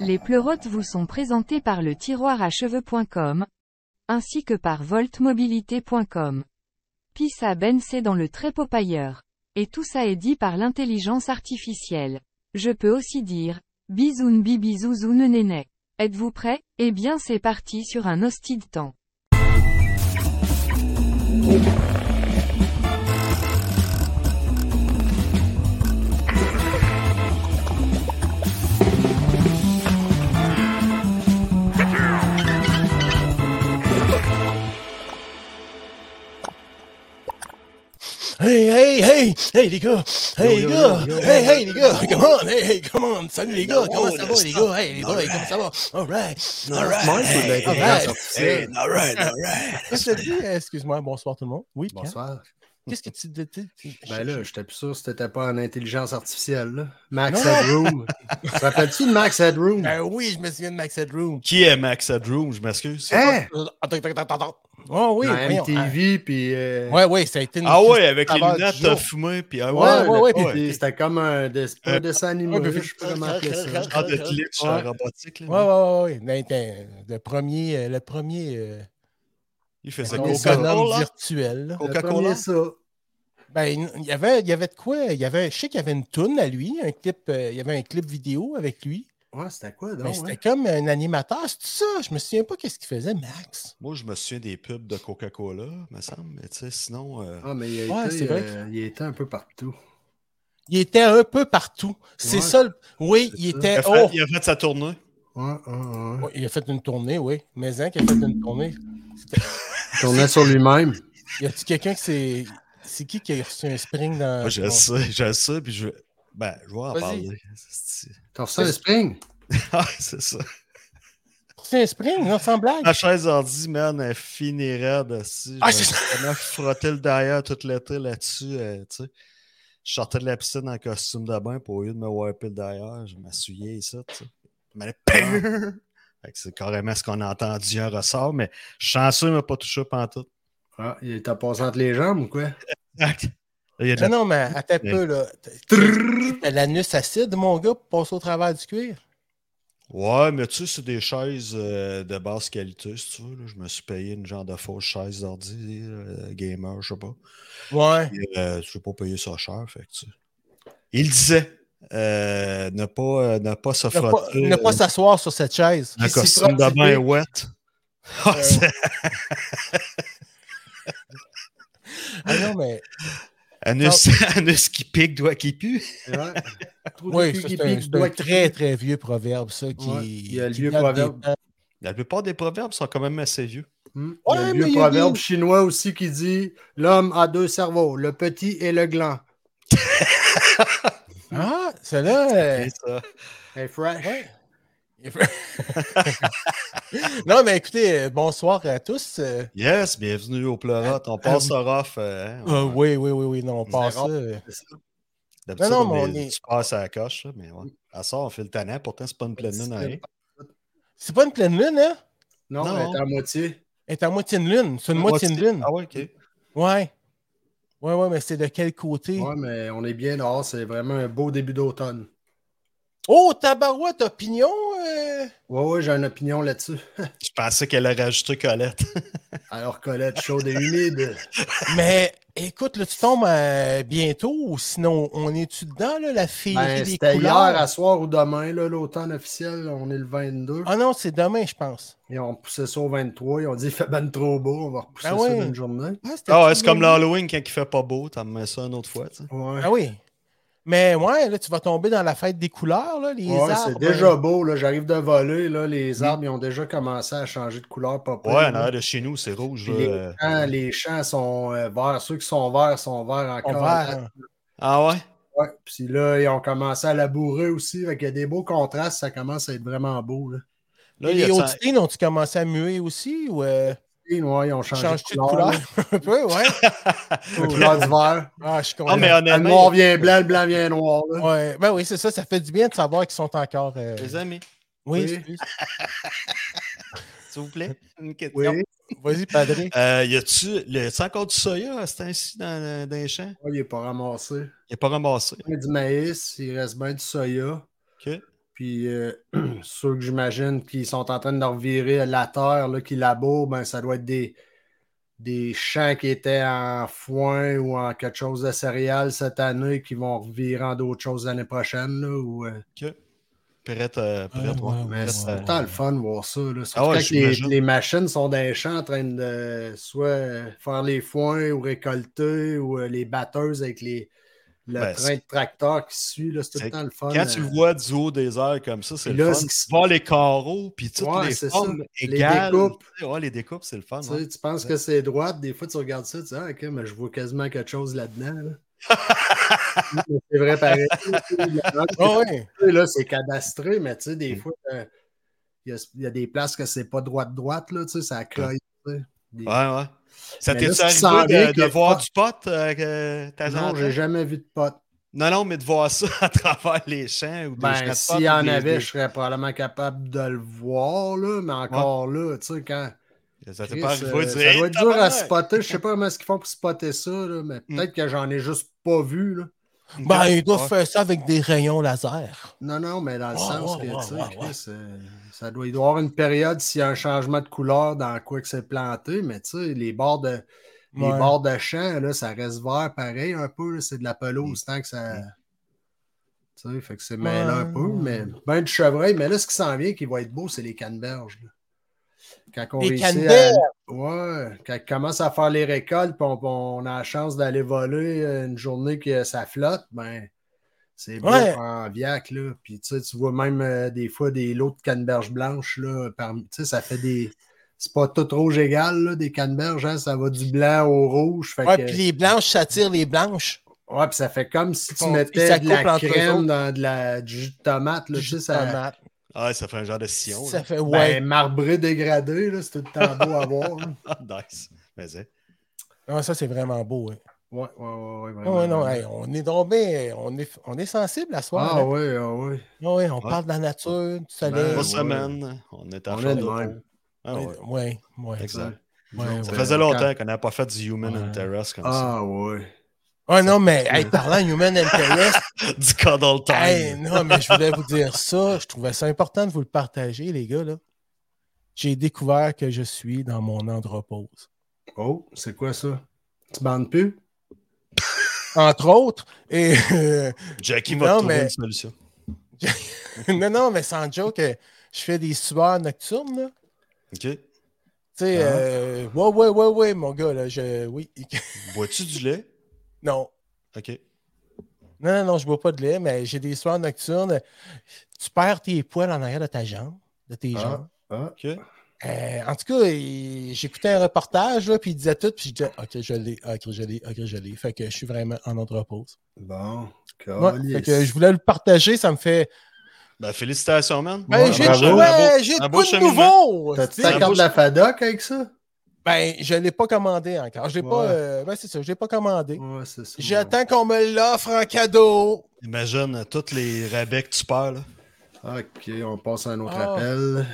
Les pleurotes vous sont présentées par le tiroir à cheveux.com, ainsi que par voltmobilité.com. Pissa Ben c'est dans le très popailleur. Et tout ça est dit par l'intelligence artificielle. Je peux aussi dire, bisoun bibizouzoun néné. Êtes-vous prêt Eh bien c'est parti sur un hostile temps. Hey, hey, hey, hey les gars, hey Yo, les yo, gars, yo, yo. hey, hey les gars, come on, hey, hey, come on, salut les gars, Yo, comment ça va let's les go. gars, hey les boys, comment ça va, alright, alright, Mike ou de hey, l'intelligence alright, artificielle? alright, alright. Qu'est-ce que tu dis? Excuse-moi, bonsoir tout le monde. Oui, Pierre? Bonsoir. Qu'est-ce que tu dis? Ben là, j'étais plus sûr si t'étais pas en intelligence artificielle. là. Max Non. Headroom. Tu te rappelles-tu de Max Headroom? Ben oui, je me souviens de Max Headroom. Qui est Max Headroom? Je m'excuse. Hein? Attends, attends, attends, attends. Oh oui, Dans voyons. MTV, puis... euh, Ah, Ouais, ouais, ça a été une... Ah ouais, avec les saveur du lunettes jour. t'as fumé, puis ah ouais. Ouais, ouais, le- ouais, Euh, puis ouais. des- C'était comme un, des, pas un dessin animé, ouais, puis- je sais pas comment appeler ça. Genre de glitch Ouais. en robotique. Là, Ouais, ouais, ouais, ouais. Ben, t'es- Le premier, euh, le premier euh, Il faisait Avec donc, Coca-Cola. bonhomme Coca-Cola. virtuel. là. Le Coca-Cola. premier, ça. Ben, il y avait, il y avait de quoi? Il y avait, je sais qu'il y avait une toune à lui, un clip, euh, il y avait un clip vidéo avec lui. Ouais, c'était quoi, mais donc? c'était hein? comme un animateur, c'est tout ça. Je me souviens pas qu'est-ce qu'il faisait, Max. Moi, je me souviens des pubs de Coca-Cola, me semble. Mais tu sais, sinon. euh, Ah, mais il, a Ouais, été, c'est vrai euh, il était un peu partout. Il était un peu partout. C'est Ouais. ça. le- Oui, C'est il ça. il, était. a fait, Oh! il a fait sa tournée. Ouais, ouais, ouais. Ouais, Il a fait une tournée, oui. Mais hein, qui a fait une tournée. Il tournait sur lui-même. Y a-tu quelqu'un qui s'est. C'est qui qui a reçu un spring dans. Moi, je le sais, je le sais, puis je. Ben, je vais en Vas-y. parler. C'est- T'as reçu un spring? Ah, c'est ça. C'est un spring, non, sans blague. Ma chaise ordi, man, elle finirait de si. Ah, je- c'est ça. Comment je frottais le derrière tout l'été là-dessus, euh, tu sais. Je sortais de la piscine en costume de bain pour au lieu de me wiper le derrière, je m'assuyais ici, tu sais. Mais le Ah. pire! Fait que C'est carrément ce qu'on a entendu un ressort, mais chanceux, il m'a pas touché pantoute. Ah, il était passé entre les jambes ou quoi? Ah, Là, Il y a de Non, la- non, mais attends un peu, là. T'as- T'as l'anus acide, mon gars, pour passer au travers du cuir. Ouais, mais tu sais, c'est des chaises euh, de basse qualité, si tu veux. là. Je me suis payé une genre de fausse chaise d'ordi, euh, gamer, je sais pas. Ouais. Puis, euh, tu veux pas payer ça cher, fait que tu- Il disait euh, ne pas euh, ne pas se Ne pas, frotter. ne pas s'asseoir sur cette chaise. un qui s'y costume frotte, de bain c'est- wet. Ah, Euh, c'est- Ah non, mais. anus, anus qui pique, doigt qui pue. Ouais. Trou de Oui, cul ça, qui c'est un, pique, c'est doigt un qui très, pique. très vieux proverbe, ça. Qui, Ouais, il y a le qui vieux date des proverbe. temps. La plupart des proverbes sont quand même assez vieux. Hmm. Ouais, Il y a le mais il vieux y a proverbe des- chinois aussi qui dit L'homme a deux cerveaux, le petit et le gland. Ah, celle-là. euh, Et ça, Hey, fresh. ouais. non, mais écoutez, euh, bonsoir à tous. euh, Yes, bienvenue au pleurote. Ah, On passe au rough. euh, hein, on- Ah, euh, oui, oui, oui, oui, non, on C'est passe ça. rare. euh, d'habitude, non, mais on on est- est- tu passes à la coche, là, mais ouais. À ça, on fait le tannant. Pourtant, c'est pas une pleine lune. Hein. C'est pas une pleine lune, hein? Non, Non. elle est à moitié. Elle est à moitié de lune. C'est une À moitié de moitié. lune. Ah ouais, ok. Ouais. Ouais, ouais, mais c'est de quel côté? Ouais, mais on est bien dehors, c'est vraiment un beau début d'automne. Oh, tabarouette, opinion? euh, Ouais, ouais, j'ai une opinion là-dessus. Je pensais qu'elle a rajouté Colette. Alors, Colette, chaude et humide. Mais écoute, là, tu tombes euh, bientôt, ou sinon, on est-tu dedans, là, la fille Ben, des c'était hier, couleurs? à soir ou demain, là, l'automne officiel, on est le 22. Ah non, c'est demain, je pense. Et on poussait ça au 23. Ils ont dit, il fait ben trop beau, on va repousser Ben ça ouais. d'une journée. Ah, c'était-tu Ah ouais, c'est comme demain? l'Halloween quand il fait pas beau. T'en mets ça une autre fois, tu sais. Ouais, Ah oui. Mais ouais, là, tu vas tomber dans la fête des couleurs, là, les Ouais, arbres. c'est déjà beau, là. J'arrive de voler, là. Les arbres, ils ont déjà commencé à changer de couleur, pas Ouais, pire, en là. arrière de chez nous, c'est rouge. Puis là, les, euh. champs, les champs sont euh, verts. Ceux qui sont verts sont verts On encore. va, hein. Ah ouais? Ouais. Puis là, ils ont commencé à labourer aussi. Fait qu'il y a des beaux contrastes. Ça commence à être vraiment beau. Là. Là, Et il y a les ça- hautes ont-tu commencé à muer aussi ou euh, Et, ouais, ils ont changé changes-tu de de couleur là. un peu, ouais? La couleur du vert. Ah, je suis Ah, content. mais Le honnêtement, noir vient blanc, le blanc vient noir. là. Ouais, ben oui, c'est ça, ça fait du bien de savoir qu'ils sont encore. euh, les amis, Oui, Oui. excuse. s'il vous plaît, une question. Oui. Vas-y, Padré. Euh, y a-tu le- c'est encore du soya à cet ainsi dans, le- dans les champs? Ouais, il n'est pas ramassé. Il n'est pas ramassé. Il y a du maïs, il reste bien du soya. OK. Puis euh, ceux que j'imagine qui sont en train de leur virer la terre, là, qui labourent, ben, ça doit être des, des champs qui étaient en foin ou en quelque chose de céréales cette année qui vont revirer en d'autres choses l'année prochaine. Là, ou, euh, Ok. Prête, euh, prête, Ouais, ouais, Ah ouais, prête, ouais, euh, ouais. C'est tant le fun de voir ça. Là. Surtout Ah ouais, quand les, j'imagine. les machines sont dans les champs en train de soit euh, faire les foins ou récolter ou euh, les batteuses avec les, le Ben, train de tracteur qui suit. là, C'est tout c'est- le temps le fun. Quand tu le euh, vois du haut des airs comme ça, c'est Puis le là, fun. ce qui Tu vois les carreaux, puis toutes Ouais, les c'est formes ça. Les égales. découpes. tu sais, ouais, les découpes, c'est le fun. Tu, ouais. sais, tu penses que c'est droite, des fois tu regardes ça, tu dis Ah, ok, mais je vois quasiment quelque chose là-dedans. là. Mais c'est vrai pareil. Ah Oh! ouais. là, c'est cadastré, mais tu sais, Mm. des fois, euh, il y, a- il y a des places que c'est pas droite-droite, là, tu sais, ça cloye. tu sais. Des- Ouais, ouais. Ça Mais t'est là, ce qui s'en arrivé vient de, que de le voir pot- du pot, euh, que ta Non, tante- j'ai jamais vu de pote. non, non, mais de voir ça à travers les champs ou des champs Ben, de s'il pot y ou en des- avait, des- je serais probablement capable de le voir, là, mais encore là, tu sais, quand. Ça t'est Chris, pas arrivé euh, de dire, ça Hey, doit être dur à tabarnak! spotter. Je sais pas comment ils font pour spotter ça, là, mais Mm. peut-être que j'en ai juste pas vu. Là. Ben, ils doivent Ouais. faire ça avec des rayons laser. Non, non, mais dans le Ouais, sens ouais, que, ouais, tu sais, ouais, Chris, ouais. euh, ça doit, il doit y avoir une période s'il y a un changement de couleur dans quoi que c'est planté, mais tu sais, les bords de, les Ouais. bords de champ, là, ça reste vert pareil un peu, là, c'est de la Mm. pelouse, tant que ça. Tu sais, fait que c'est mêlant un peu, mais ben du chevreuil, mais là, ce qui s'en vient qui va être beau, c'est les canneberges. là. Quand on Les réussit à- canneberges! Ouais, quand on commence à faire les récoltes, puis on, on a la chance d'aller voler une journée que ça flotte, ben c'est beau Ouais. en viac, là. Puis tu sais, tu vois même euh, des fois des lots de canneberges blanches, là. parmi- Tu sais, ça fait des... C'est pas tout rouge égal, là, des canneberges, hein, ça va du blanc au rouge. Fait Ouais, que- puis les blanches, ça tire les blanches. Ouais, puis ça fait comme si tu Bon, puis mettais ça de la coupe entre eux crème autres. dans de la, du jus de tomate. Là, Du tu sais, jus de ça, tomate. Ah, ça fait un genre de sillon. Ça là. fait, ben, ouais. marbré dégradé, là, c'est tout le temps beau à voir. hein. là. Ah, nice. Mais c'est- Euh, Non, Ah, ça, c'est vraiment beau. hein. Ouais, ouais, ouais, ouais, vraiment, Ouais, non, vraiment. hey, on est tombé, on est, on est sensible à soir. Ah ouais, ah ouais. Ouais, ouais, on Ouais. parle de la nature, du Ben, soleil. Grosse ouais. semaine, on est à On fond est de le même. repos. Ah, ouais. Ouais, ouais, ouais. Exact. Ouais, ouais. Ça Ouais. faisait longtemps qu'on n'avait pas fait du Human Ouais. Interest comme Ah ouais. Ah non, mais hey, parlant Human Interest, ça. Du Cuddle Time. hey, non, mais je voulais vous dire ça. Je trouvais ça important de vous le partager, les gars. là. J'ai découvert que je suis dans mon andropause. Oh, c'est quoi ça? Tu bandes plus? Entre autres, et euh, Jackie Non, va trouver mais- une solution. non, non, mais sans joke, euh, je fais des sueurs nocturnes. là. OK. Tu sais, Ah. euh, ouais, ouais, ouais, ouais, mon gars, là, je, oui, Bois-tu du lait? non. OK. Non, non, non, je bois pas de lait, mais j'ai des soirs nocturnes. Tu perds tes poils en arrière de ta jambe, de tes Ah. jambes. Ah. OK. Euh, en tout cas, il- j'écoutais un reportage, là, puis il disait tout, puis je disais, OK, je l'ai, OK, je l'ai, OK, je l'ai. Fait que je suis vraiment en entrepause. Bon. Ouais, calice. fait que je voulais le partager, ça me fait. Ben, félicitations, man. Ben, Ouais, j'ai bravo. de Un quoi, beau- j'ai de un quoi beau de cheminement. nouveau? T'as-tu tu sais? ta carte de la FADOC avec ça? Ben, je l'ai pas commandé encore. Je l'ai pas, Ouais. euh, ben, c'est ça, je l'ai pas commandé. Ouais, c'est ça. J'attends qu'on me l'offre en cadeau. Imagine euh, tous les rabais que tu perds. Là. Ok, on passe à un autre Ah. appel.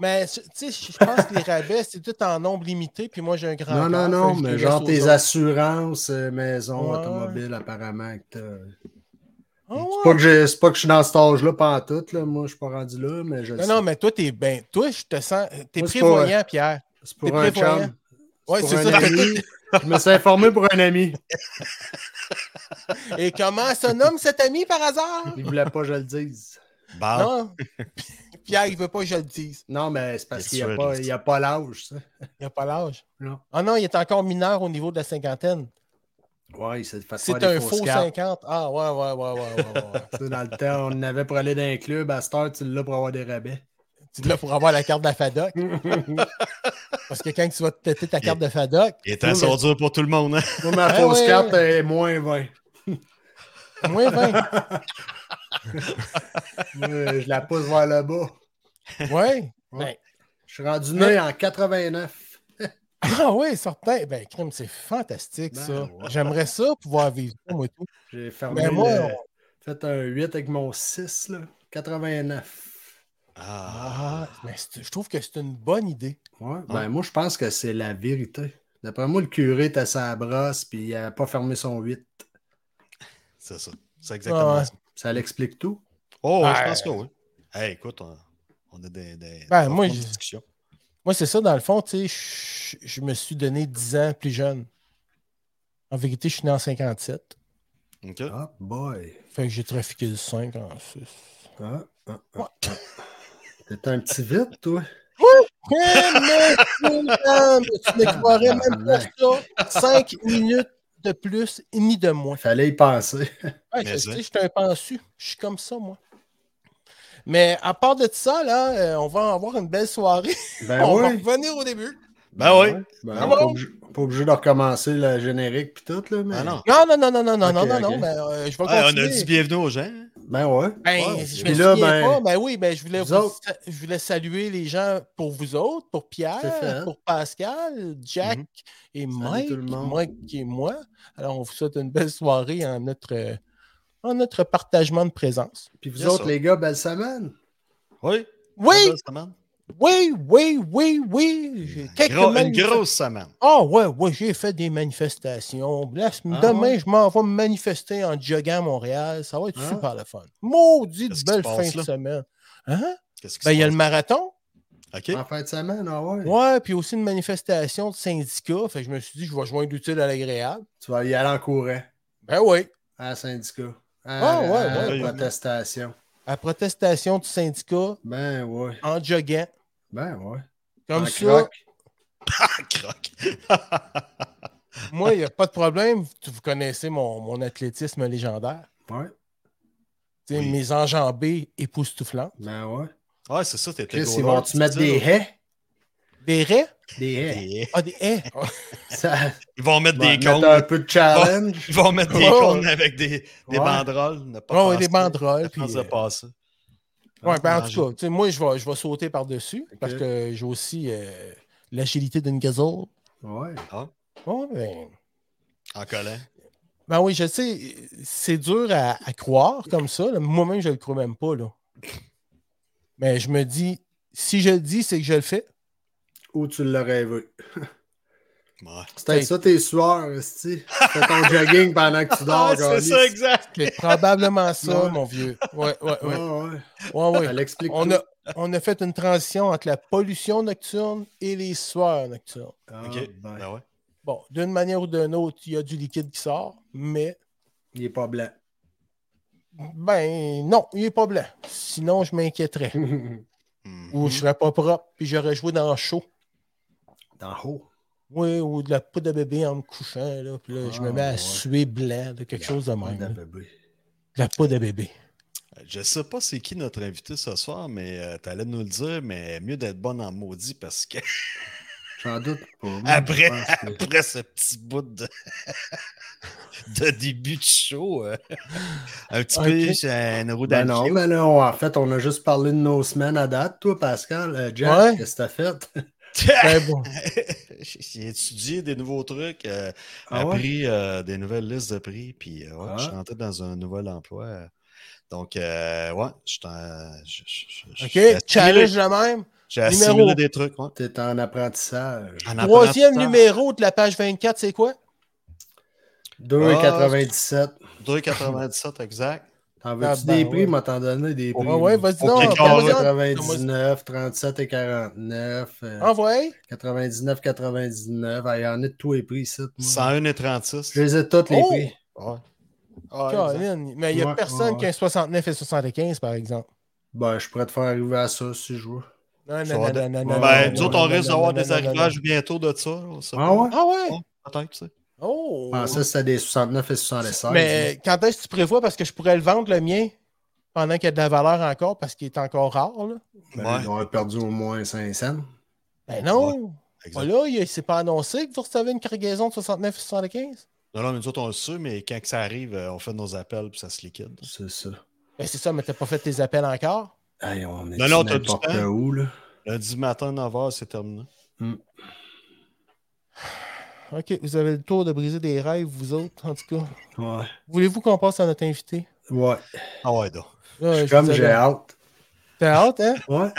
Mais, tu sais, je pense que les rabais, c'est tout en nombre limité, puis moi, j'ai un grand. Non, cœur, non, non, fait que je mais le genre laisse aux tes autres. assurances, euh, maison, Ouais. automobile, apparemment. que t'as- Ah C'est ouais. pas, que j'ai- c'est pas que je suis dans cet âge-là, pas en tout. Là. Moi, je suis pas rendu là, mais je le Non, sais. non, mais toi, t'es ben, toi, je te sens. T'es Moi, c'est pas prévoyant, Pierre. c'est t'es pour un prévoyant. chum. Ouais, pour c'est un ça. ami. je me suis informé pour un ami. Et comment se nomme cet ami par hasard? Il voulait pas que je le dise. Ah. Bah, Non. Pierre, il veut pas que je le dise. Non, mais c'est parce Yes, qu'il n'y sir, a, pas- il yes. y a pas l'âge, ça. Il n'a pas l'âge. Non. Ah non, il est encore mineur au niveau de la cinquantaine. Ouais, c'est fait faire C'est des un fausses faux cartes. 50. Ah ouais, ouais, ouais, ouais, ouais, ouais, ouais. Tu sais, Dans le temps, on en avait pour aller dans un club. À cette heure, tu l'as pour avoir des rabais. Tu là pour avoir la carte de la FADOC. Parce que quand tu vas te péter ta carte de FADOC, les temps sont durs pour tout le monde. Hein? Moi, ma Ah fausse ouais. carte est moins 20. moins 20. Moi, je la pousse vers le bas. Ouais. Ouais. Ben, Je suis rendu né en 89. ah ouais, certain. Ben, crime, c'est fantastique, Ben, ça. ouais. J'aimerais ça, pouvoir vivre ça, moi, tout. J'ai fermé. Ben, moi, le- on- Fait un 8 avec mon 6, là. 89. Ah, Ah, mais c'est- je trouve que c'est une bonne idée. Ouais, ben moi, je pense que c'est la vérité. D'après moi, le curé était à sa brosse, puis il n'a pas fermé son 8. c'est ça. C'est exactement Ouais. ça. Ça l'explique tout. Oh, ouais, Ouais. je pense que oui. Hey, écoute, on, on a des, des, Ben, des moi, profondes je- discussions. Moi, c'est ça, dans le fond, tu sais, je- je me suis donné 10 ans plus jeune. En vérité, je suis né en 57. OK. Ah, Ah, Oh boy. Fait que j'ai trafiqué le 5 en 6. Ah, ah, ah, ah. T'es un petit vite, toi. tu ne croirais même pas Ah, ça. 5 minutes de plus, ni de moins. Fallait y penser. Ouais, Mais je ça. sais, je suis un pensu. Je suis comme ça, moi. Mais à part de ça, là, euh, on va avoir une belle soirée. Ben on va oui. revenir au début. Ben oui. Ben, Ah pas, bon? obligé, pas obligé de recommencer le générique pis tout, là, mais. Ah non. Non, non, non, non, non, non, non, Ok, non, ok. non, mais euh, je vais Hey, on continuer. a dit bienvenue aux gens. hein? Ben ouais. Ben, Ouais, je ok. me Puis là, souviens ben, pas, ben oui, ben, je, voulais vous vous- autres. je voulais saluer les gens pour vous autres, pour C'est fait. Pierre, pour Pascal, Jack Mhm. et Mike, tout le monde. Mike et moi. Alors, on vous souhaite une belle soirée en notre, euh, en notre partagement de présence. Puis vous Yes, autres, sir. les gars, belle semaine. Oui. Oui, Une grosse semaine. oui, oui, oui, oui. J'ai quelques Gros- une manif- grosse semaine. Ah ouais, ouais, j'ai fait des manifestations. La semaine- Ah demain, ouais? je m'en vais me manifester en joggant à Montréal. Ça va être Ah. super le fun. Maudite Qu'est-ce qui belle se fin passe, de là? semaine. Hein? Qu'est-ce qui Ben, se il y a le passe? marathon. OK. En fin de semaine, ah ouais. Ouais, puis aussi une manifestation de syndicats. Fait que je me suis dit, je vais joindre l'utile à l'agréable. Tu vas y aller en courant. Ben oui. À la syndicat. Ah, À, ouais, à ouais. la protestation. À protestation du syndicat Ben ouais. en joguant. Ben ouais. Comme En ça, croque. Ah, croc. moi, il n'y a pas de problème. Tu- Vous connaissez mon, mon athlétisme légendaire. Ouais. Tu sais, Oui. Mes enjambées époustouflantes. Ben ouais. Ouais, c'est ça, t'étais Chris, gros ils lord, vont-tu tu mettre sais, des là. haies? Des raies? Des haies. Des- Ah, des haies. Ça, Ils vont mettre Bon, des mettre cônes. un peu de challenge. Ils vont mettre des Ouais. cônes avec des, Ouais. des banderoles. Ne pas Ah ouais, passer. des banderoles. Ne puis, pas euh, passer. ouais, ben, en manger. tout cas, tu sais, moi, je vais, je vais sauter par-dessus Ok. parce que j'ai aussi euh, l'agilité d'une gazole. Ouais. Ouais, ben, Ah, En collant. Ben oui, je sais, c'est dur à, à croire comme ça. là. Moi-même, je ne le crois même pas. Là. Mais je me dis, si je le dis, c'est que je le fais. Ou tu l'aurais vu. Ouais. C'était Hey. ça tes sueurs, esti. Fais ton jogging pendant que tu dors, Ah, c'est ça, Galice. exact. C'est probablement ça, Ouais. mon vieux. Ouais, ouais, ouais. Ouais, ouais. Ouais, ouais. Elle explique On, tout. a, on a fait une transition entre la pollution nocturne et les sueurs nocturnes. Ah, OK. ben, Ben ouais. Bon, d'une manière ou d'une autre, il y a du liquide qui sort, mais Il est pas blanc. ben non, il n'est pas blanc. Sinon, je m'inquiéterais. Hmm. Ou je ne serais pas propre, puis j'aurais joué dans le show. D'en haut. Oui, ou de la poudre à bébé en me couchant, là, puis là, je me Ah, mets à ouais. suer blanc, de quelque chose de Ouais, même. là. d'un De bébé. la poudre à bébé. Je sais pas c'est qui notre invité ce soir, mais euh, t'allais nous le dire, mais mieux d'être bonne en maudit parce que J'en doute pas. Moi, après, je pense que- après ce petit bout de, de début de show, euh, un petit Ok. peu j'ai une roue Ben d'alchimie. non, ben non, en fait, on a juste parlé de nos semaines à date, toi, Pascal. Euh, Jack, Ouais. qu'est-ce que t'as fait? Ben bon. J'ai étudié des nouveaux trucs, euh, Ah ouais? appris euh, des nouvelles listes de prix, puis euh, ouais, Ah. je suis rentré dans un nouvel emploi. euh. donc, euh, ouais, je suis en- je- je- je- OK, j'ai challenge assimilé- le même. J'ai numéro. assimilé des trucs. ouais. T'es en Ah, apprentissage. En Troisième apprentissage. numéro de la page 24, c'est quoi? 2,97. 2,97 exact. T'en veux-tu Ah, ben des prix? ouais. M'en t'en donné des prix. Ouais, Ah ouais, vas-y Oh, Ok, donc. carré. vas-y donc. 99, 37 et 49. euh, Envoyez. 99, 99. Ah, Il y en a de tous les prix ici. moi. 101 et 36. Je les ai tous les Oh! prix. Ouais. Ouais, exact. Caroline, Mais il n'y a Ouais, personne ouais, qui a un 69 et 75, par exemple. Ben, je pourrais te faire arriver à ça si je veux. Non, Ça non, va non, non, non, non, Ben, non, nous non, autres, on non, risque non, d'avoir non, des non, non, non. arrivages bientôt de ça. on sait Ah pas. ouais? Ah ouais? Ouais, Ah, Peut-être, tu sais. Oh! Je pensais que c'était des 69 et 76. Mais quand est-ce que tu prévois? Parce que je pourrais le vendre, le mien, pendant qu'il y a de la valeur encore, parce qu'il est encore rare, là. Ben, Ouais. Ils ont perdu au moins 5 cents. Ben non! Exact. Voilà, là, il s'est pas annoncé que vous recevez une cargaison de 69 75. Non, non, mais nous autres, on le sait, mais quand que ça arrive, euh, on fait nos appels puis ça se liquide. C'est ça. Ben c'est ça, mais t'as pas fait tes appels encore. Hey, on est Non, non, t'as du n'importe temps. où, là. Lundi matin, 9h, c'est terminé. OK, vous avez le tour de briser des rêves, vous autres, en tout cas. Ouais. Voulez-vous qu'on passe à notre invité? Ouais. Ah ouais, donc. Là, Je suis je comme vous j'ai avais- hâte. T'as hâte, hein? Ouais.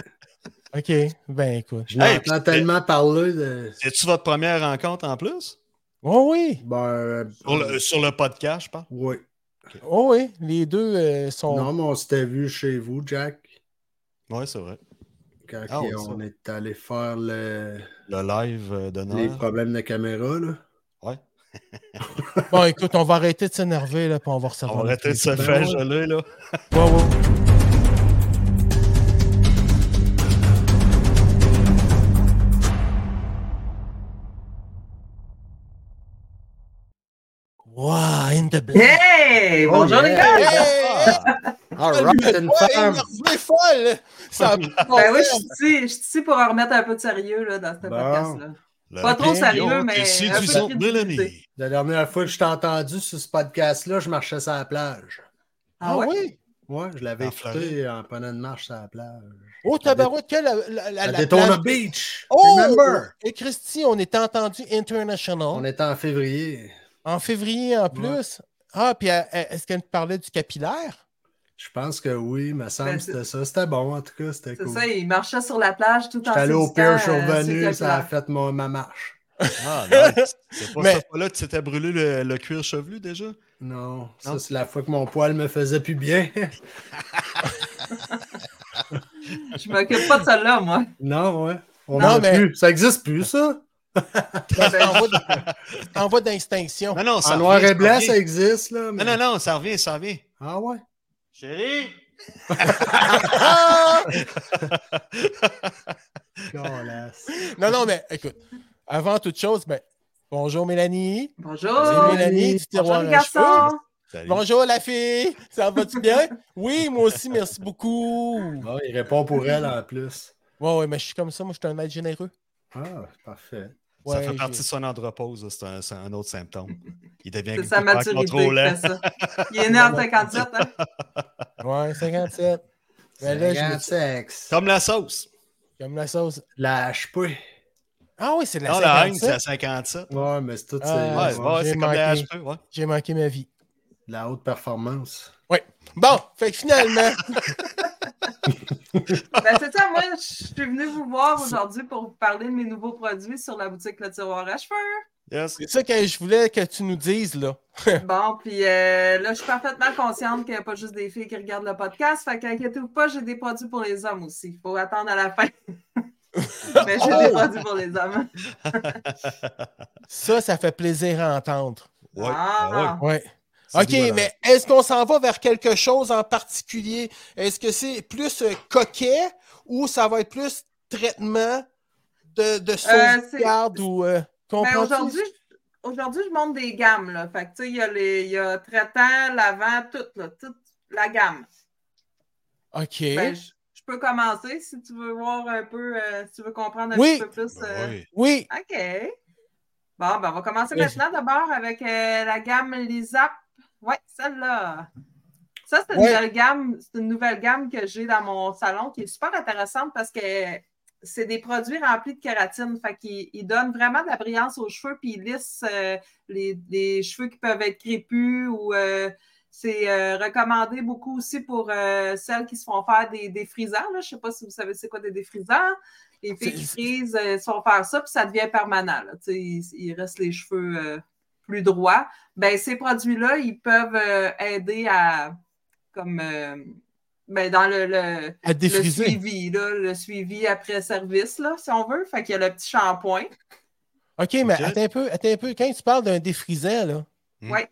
OK, ben écoute. Je Hey, l'entends puis- tellement parler de. C'est-tu votre première rencontre en plus? Oh oui, Ben. euh, Sur le, sur le podcast, je parle. Ouais. oh oui, les deux euh, sont... Non, mais on s'était vu chez vous, Jack. Ouais, c'est vrai. Quand Ah, ouais, on ça. est allé faire le- Le live euh, les d'honneur. problèmes de caméra, là. Ouais. Bon, écoute, on va arrêter de s'énerver, là, puis on va recevoir. On va arrêter de se notre- faire geler, là. Ouais, ouais. Wow, in the black. Hey! Oh, Bonjour les yeah. gars! Hey! Ah, All right, Ah, une Ouais, femme. énervé folle! Ça Ah a pas de bon Ben oui, je sens. suis ici, je suis ici pour en remettre un peu de sérieux là, dans ce Bon. podcast-là. Le Pas trop King sérieux, Yong mais est un peu séduisant, de crédibilité. Mélanie. La dernière fois que je t'ai entendu sur ce podcast-là, je marchais sur la plage. Ah oui? Moi, je l'avais En écouté en prenant une marche sur la plage. Oh, tabarouette, quelle la, la, la, À la Daytona plage- Beach! Oh! Remember! Et Christy, on était entendu international. On était en février. En février, en plus. Ah, puis euh, euh, est-ce qu'elle nous parlait du capillaire? Je pense que oui, me semble Ben, que c'est- c'était ça. C'était bon, en tout cas, c'était C'est cool. ça, il marchait sur la plage tout en J'étais allé au s'excitant, pier, je suis euh, sur revenu, le ça a plan. fait mon- ma marche. Ah, nice. C'est pas Mais- cette fois-là que tu t'étais brûlé le, le cuir chevelu déjà? Non, ça Non. c'est la fois que mon poil me faisait plus bien. Je m'occupe pas de celle-là, moi. non, ouais. On Non, en a mais- plus. Ça existe plus, ça. Ben, c'est en voie de- c'est en voie d'extinction. Non, non, En ça noir revient, et blanc, revient. ça existe, là. mais- Non, non, non, ça revient, ça revient. Ah ouais? Chérie! Ah! Calasse. Non, non, mais écoute, avant toute chose, ben, bonjour Mélanie. Bonjour! C'est Mélanie du Bonjour tiroir les à cheveux. garçons! Salut. Bonjour la fille, ça va-tu bien? Oui, moi aussi, merci beaucoup. Ah, il répond pour elle en plus. Ouais, ouais, mais je suis comme ça, moi je suis un être généreux. Ah, parfait. Ça Ouais, fait partie j'ai- de son andropause, c'est un, c'est un autre symptôme. Il devient C'est sa hyper maturité qui contrôlant. fait ça. Il est né en 57, hein? Ouais, 57. Mais C'est Ben là, je me grand suis- sexe. Comme la sauce. comme la sauce. Lâche pas. Ouais, Ah oui, c'est de la Non, la haine, c'est 57. à 57. mais c'est tout. c'est- Ouais, Ah, ouais, c'est ouais, j'ai c'est comme la manqué. HP, ouais. J'ai manqué ma vie. de La haute performance. Bon, fait que finalement, Ben, c'est ça, moi, je suis venue vous voir aujourd'hui pour vous parler de mes nouveaux produits sur la boutique Le Tiroir à cheveux. Yes. c'est ça que je voulais que tu nous dises, là. Bon, puis euh, là, je suis parfaitement consciente qu'il n'y a pas juste des filles qui regardent le podcast. Fait qu'inquiétez-vous pas, j'ai des produits pour les hommes aussi. Il faut attendre à la fin. Mais j'ai Oh! des produits pour les hommes. Ça, ça fait plaisir à entendre. Ouais. Ah. ouais. Ouais. C'est OK, doux, madame. mais est-ce qu'on s'en va vers quelque chose en particulier? Est-ce que c'est plus euh, coquet ou ça va être plus traitement de, de sauvegarde ou euh, Euh, Ben, comprends-tu? aujourd'hui, je- aujourd'hui, je monte des gammes. Là. Fait que, tu sais, il y, a les- il y a traitant, l'avant, tout, là, toute la gamme. OK. Ben, je, je peux commencer si tu veux voir un peu, euh, si tu veux comprendre un Oui. petit peu plus. euh, Ben Ouais. oui. OK. Bon, ben, on va commencer Oui. maintenant d'abord avec euh, la gamme Lisap. Ouais, celle-là. Ça, c'est une, Ouais. nouvelle gamme, c'est une nouvelle gamme que j'ai dans mon salon qui est super intéressante parce que c'est des produits remplis de kératine. Fait qu'ils ils donnent vraiment de la brillance aux cheveux puis ils lissent euh, les, les cheveux qui peuvent être crépus ou euh, c'est euh, recommandé beaucoup aussi pour euh, celles qui se font faire des, des frisants. Là. Je ne sais pas si vous savez c'est quoi des défrisants. Les filles qui C'est- frisent euh, se font faire ça, puis ça devient permanent. là. Tu sais, Il, il reste les cheveux euh, plus droits. Ben, ces produits-là, ils peuvent euh, aider à comme euh, ben, dans le- le, À le défriser. suivi, là, le suivi après service, là, si on veut. Fait qu'il y a le petit shampoing. OK, mais OK. attends un peu, attends un peu. Quand tu parles d'un défrisant, là, Hmm. Ouais.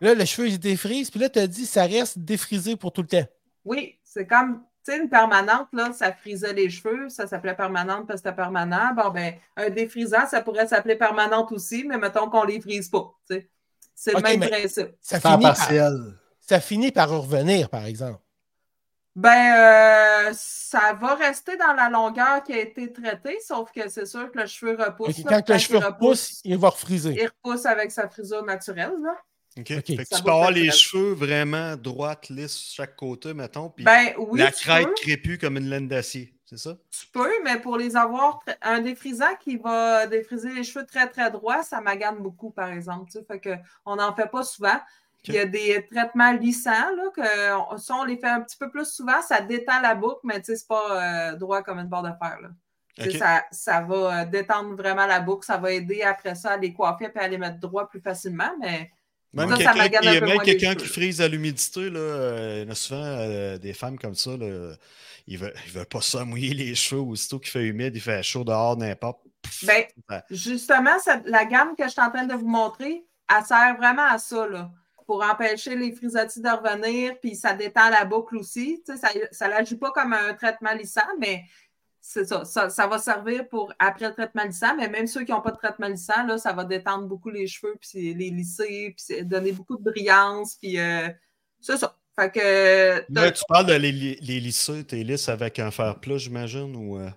là, le cheveu, il se défrise, puis là, tu as dit ça reste défrisé pour tout le temps. Oui, c'est comme, tu sais, une permanente, là, ça frisait les cheveux, ça s'appelait permanente parce que c'était permanent. Bon, ben, un défrisant, ça pourrait s'appeler permanente aussi, mais mettons qu'on les frise pas, tu sais. C'est le Ok, même mais- principe. Ça Temps finit, par, partiel. ça finit par revenir, par exemple. Ben, euh, ça va rester dans la longueur qui a été traitée, sauf que c'est sûr que le cheveu repousse. Ok, là. Quand le il cheveu repousse, il va refriser. il repousse avec sa frisure naturelle, là. OK. Ok. Fait que Ça tu vaut peux avoir peut-être les la- cheveux vraiment droites, lisses, sur chaque côté, mettons, puis Ben, oui, la tu crête peux. crépue comme une laine d'acier, c'est ça? Tu peux, mais pour les avoir, tr- un défrisant qui va défriser les cheveux très, très droits, ça magane beaucoup, par exemple. tu sais. Fait que on n'en fait pas souvent. Il y a des traitements lissants, là, que on- si on les fait un petit peu plus souvent, ça détend la boucle, mais tu sais, c'est pas euh, droit comme une barre de fer. là. Tu sais, OK. Ça, ça va euh, détendre vraiment la boucle, ça va aider après ça à les coiffer et à les mettre droit plus facilement, mais Même Ça, ça quelqu'un m'agane qui, un peu même moins les quelqu'un cheveux. qui frise à l'humidité, là, euh, il y en a souvent euh, des femmes comme ça, là, ils ne veulent, ils veulent pas ça mouiller les cheveux. Aussitôt qu'il fait humide, il fait chaud dehors, n'importe. Ben, Ouais. justement, cette- la gamme que je suis en train de vous montrer, elle sert vraiment à ça, là, pour empêcher les frisottis de revenir, puis ça détend la boucle aussi. Tu sais, ça ça l'agit pas comme un traitement lissant, mais c'est ça, ça. ça va servir pour après le traitement lissant, mais même ceux qui n'ont pas de traitement lissant, là, ça va détendre beaucoup les cheveux, puis c'est- les lisser, puis c'est- donner beaucoup de brillance, puis euh, c'est ça. Fait que t'as- Là, tu parles de les, li- les lisser, tes lisses avec un fer plat, j'imagine, ou euh,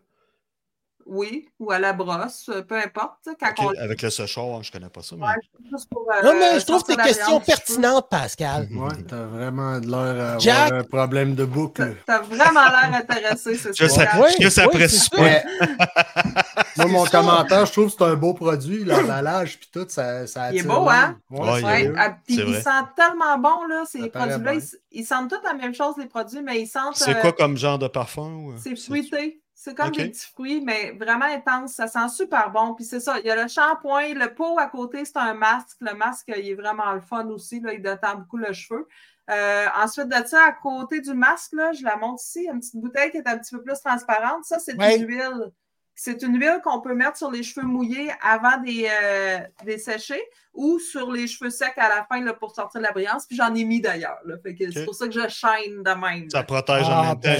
oui, ou à la brosse, peu importe, tu sais, quand ok, on avec le séchoir, je connais pas ça. Mais... Ouais, juste pour, euh, Non, mais je trouve tes sortir la questions viande du cheveu. pertinentes, Pascal. Ouais, t'as vraiment de l'air à avoir Jack! un problème de T'as boucle. t'as vraiment l'air intéressé, c'est Je sais, ça. Ouais, je sais, ça ouais, presse c'est pas. Mais- Moi, mon commentaire, je trouve que c'est un beau produit, l'emballage puis tout, ça, ça Il est attire beau, hein? l'œil. Ouais, c'est Ouais, il est vrai. ah, puis c'est ils vrai. sentent tellement bon, là, ces Ça paraît produits-là. bien. Ils, ils sentent tous la même chose, les produits, mais ils sentent. C'est euh, quoi comme genre de parfum? ou- C'est fruité. C'est comme euh, Ok. des petits fruits, mais vraiment intense. Ça sent super bon. Puis c'est ça, il y a le shampoing, le pot à côté, c'est un masque. Le masque, il est vraiment le fun aussi. Là, il détend beaucoup le cheveu. Euh, ensuite de ça, à côté du masque, là, je la montre ici, une petite bouteille qui est un petit peu plus transparente. Ça, c'est Ouais. une huile. C'est une huile qu'on peut mettre sur les cheveux mouillés avant des, euh, des séchés ou sur les cheveux secs à la fin là, pour sortir de la brillance. Puis j'en ai mis d'ailleurs. là. Fait que C'est Ok. pour ça que je chaîne de même. Ça protège en Ah, même temps, ben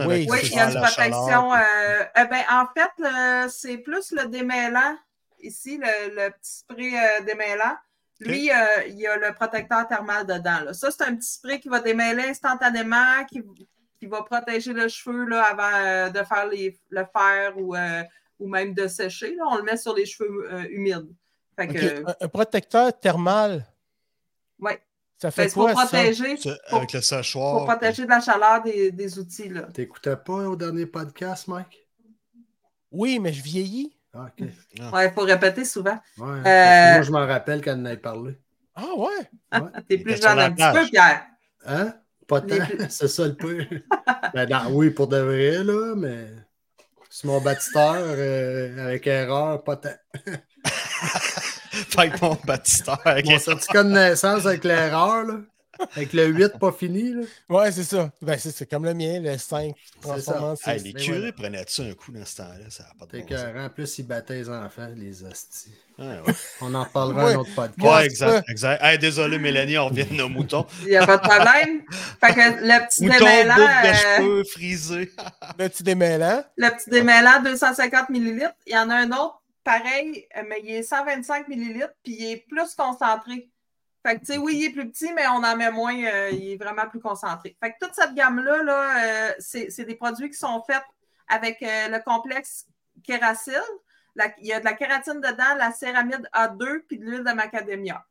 oui, oui. avec Oui, le il y a fer, une la chaleur, protection. puis- euh, euh, ben, en fait, le- c'est plus le démêlant. Ici, le, le petit spray euh, démêlant. Lui, euh, il y a le protecteur thermal dedans. là. Ça, c'est un petit spray qui va démêler instantanément, qui, qui va protéger le cheveu là, avant euh, de faire les- le fer ou, euh, ou même de sécher. là. On le met sur les cheveux euh, humides. Fait que, Ok, euh, Un, un protecteur thermal. Ouais. Ça ben, fait c'est pour quoi, ça? protéger, c'est- pour, Avec le séchoir. pour protéger de la chaleur des, des outils. Là. T'écoutais pas au dernier podcast, Mike? Oui, mais je vieillis. Ah, ok. Ouais, Ouais, il faut répéter souvent. parce Euh, que Moi, je m'en rappelle quand on en avait parlé. Ah ouais? T'es Il plus était sur jeune la un petit plage. peu, Pierre. Hein? Pas tant, Les- c'est ça le peu. ben, non, oui, pour de vrai, là, mais c'est mon bâtisseur euh, avec erreur, pas tant. Fait que mon bâtisseur. avec Mon certificat de naissance avec l'erreur, là. Avec le 8 pas fini, là. Ouais, c'est ça. Ben, c'est c'est comme le mien, le 5 transformé en Hey, six. les Mais curés voilà. prenaient-tu un coup dans ce temps-là? Ça n'a pas de T'es bon sens. Ah, En plus, ils battaient les enfants, les hosties. Ouais, ouais. On en reparlera Ouais. un autre podcast. Moi, Ouais, c'est exact, exact. Hey, désolé, Mélanie, on revient de nos moutons. Il n'y a pas de problème. Fait que le petit Moutons, démêlant, boucle de euh, cheveux frisés. Le petit démêlant. le petit démêlant 250 ml, il y en a un autre pareil, euh, mais il est 125 ml, puis il est plus concentré. Fait que, tu sais, oui, il est plus petit, mais on en met moins, euh, il est vraiment plus concentré. Fait que toute cette gamme-là, là, euh, c'est c'est des produits qui sont faits avec euh, le complexe kéracine. La- il y a de la kératine dedans, la céramide A2, puis de l'huile de macadamia.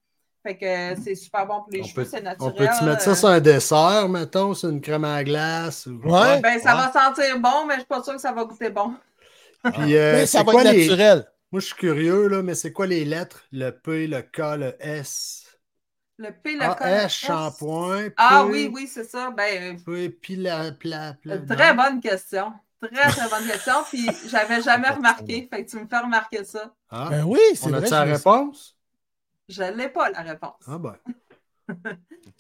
Fait que euh, c'est super bon pour les On cheveux, peut- c'est naturel. On peut-tu mettre euh, ça sur un dessert, mettons, sur une crème à la glace? Ou... Ouais. Ben, ça Ouais. va sentir bon, mais je suis pas sûre que ça va goûter bon. Puis, euh, mais ça c'est va quoi être les- naturel. Moi, je suis curieux, là, mais c'est quoi les lettres? Le P, le K, le S. Le P, le A, K, le S, S. Ah, eh, shampoing. Ah P, oui, oui, c'est ça. Ben, euh, P, puis la, pla, pla- très non. bonne question. Très, très bonne question. Puis, j'avais jamais remarqué. Fait que tu me fais remarquer ça. Ah, Ben oui, c'est on vrai. a-tu la je me- réponse? Je l'ai pas, la réponse. Ah ben,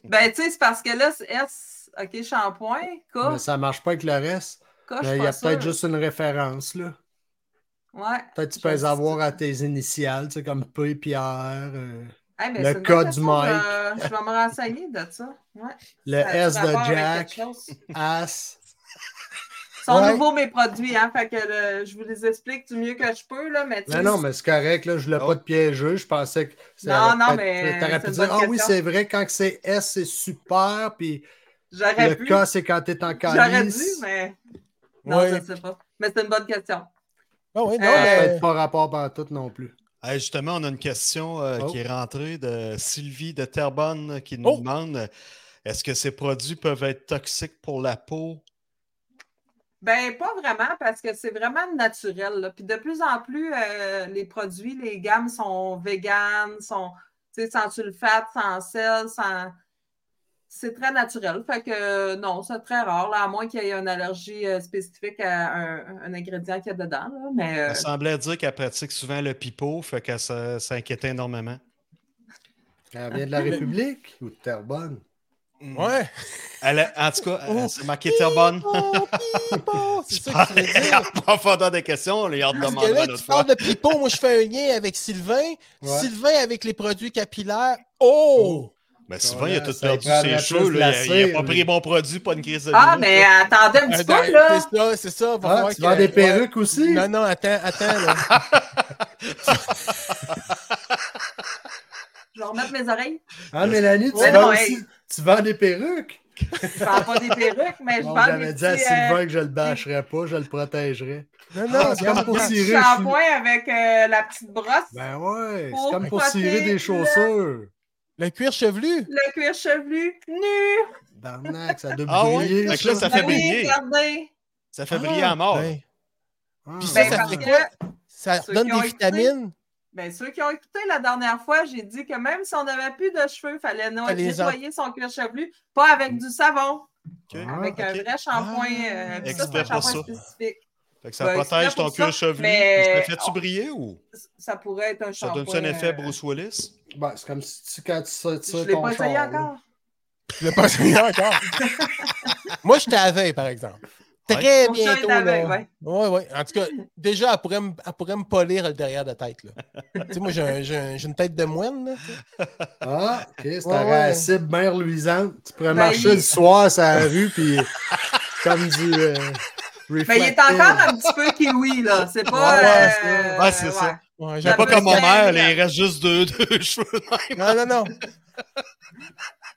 Ben, tu sais, c'est parce que là, c'est S, OK, shampoing, K, mais ça marche pas avec le reste. K, Ben, Ah, je suis Il y pas a peut-être sûre. juste une référence, là. Ouais. Peut-être tu Je peux les sais. avoir à tes initiales, tu sais, comme P, Pierre, euh, Hey, mais Le c'est une K bonne du question, Je, je vais me renseigner de ça. Ouais. le Ça a S de rapport avec Jack, quelque chose. As. Ils sont Ouais. nouveaux, mes produits, hein. Fait que le- je vous les explique du mieux que je peux, là. Mais tu Non, sais, non, mais c'est correct, là, je voulais pas te piéger. Je pensais que. c'est- Oh. Non, non, peut-être- mais T'aurais c'est pu une dire, bonne ah oui, question. c'est vrai, quand que c'est S, c'est super, puis j'aurais le pu. K, c'est quand t'es en J'aurais dû, calice. mais. Non, Ouais. je ne sais pas. Mais c'est une bonne question. Ah oui, non, Ça Euh, peut mais- être pas rapport par tout non plus. Hey, justement, on a une question euh, Oh. qui est rentrée de Sylvie de Terrebonne qui nous Oh. demande euh, est-ce que ces produits peuvent être toxiques pour la peau Ben, pas vraiment, parce que c'est vraiment naturel. là. Puis de plus en plus, euh, les produits, les gammes sont véganes, sont tu sais, sans sulfate, sans sel, sans. C'est très naturel. Fait que euh, non, c'est très rare, là, à moins qu'il y ait une allergie euh, spécifique à un, un ingrédient qu'il y a dedans. là. Mais Ah, euh, Elle semblait dire qu'elle pratique souvent le pipeau, fait qu'elle s'in- s'inquiétait énormément. Elle vient de la République ou de Terrebonne? Ouais. Elle a- en tout cas, elle- Mm. Oh. c'est marqué Terrebonne. Pipo, Oh, pipo, c'est ça que tu veux dire. pas fondant des questions, on lui en Parce que demandera là, notre tu fois. parles de pipo, moi je fais un lien avec Sylvain. Ouais. Sylvain avec les produits capillaires. Oh! Mais Sylvain, Ben, il a tout Ça perdu prend ses la cheveux. plus là. Il a- Il glacée, n'a pas là. pris bon produit, pas une crise de Ah, lune. mais attendez un petit peu, là. Ben, C'est ça, c'est ça. va Ah, falloir tu que- vends des ouais. perruques aussi? Non, non, attends, attends. là. Je vais remettre mes oreilles. Ah, Mélanie, tu, Ouais, vends non, aussi- hey. tu vends des perruques? Je vends pas des perruques, mais je Bon, vends des J'avais dit à petits, Sylvain euh, que je le bâcherais pas, je le protégerais. Non, non, Ah, c'est comme regarde, pour regarde. petits cirer. shampoings avec euh, la petite brosse, Ben ouais, Pour c'est comme pour frotter cirer le- des chaussures. Le cuir chevelu. le cuir chevelu, nu. Barnac, ça doit Ah ouais? briller. Fait que là, ça Ben fait oui, briller. regardez. Ça fait briller à mort. Ben, Ah, Puis ça, Ben, ça parce fait que- quoi? Ça Ceux donne qui ont des écouté. vitamines. Ben, ceux qui ont écouté la dernière fois, j'ai dit que même si on n'avait plus de cheveux, il fallait no- Fallait les nettoyer son cuir chevelu, pas avec du savon, Ok. Ah, avec un ok. vrai shampoing. Ah, euh, puis ça, c'est expert un pour shampoing ça. spécifique. Fait que ça Ben, protège c'est pour ton ça, cuir chevelu. mais- Ça fait-tu briller ou Ça pourrait être un ça shampoing. donne-tu un effet euh, Bruce Willis? ben, c'est comme si tu, quand tu sors Je tu sors l'ai ton pas essayé char, encore. Je l'ai pas essayé encore. Moi, j'étais à la veille, par exemple. Ouais. Très Mon chien est bientôt. à la là. veille, ouais. Ouais, ouais. En tout cas, déjà, elle pourrait me, elle pourrait me polir le derrière de la tête. Là. tu sais, moi, j'ai un- j'ai un- j'ai une tête de moine. Là, tu sais. là. Ah, ok, c'est Ouais, ta ouais. cible bien reluisante. Tu pourrais Ben, marcher il- le soir sur la rue, puis comme du. euh, Mais Ben, il est reflecteur. encore un petit peu kiwi, là. C'est pas. Ouais, ouais, euh, ouais, c'est ça. Ouais, J'ai Ça pas peut comme mon se mère, faire, là, il reste juste deux, deux cheveux. Non, non, non.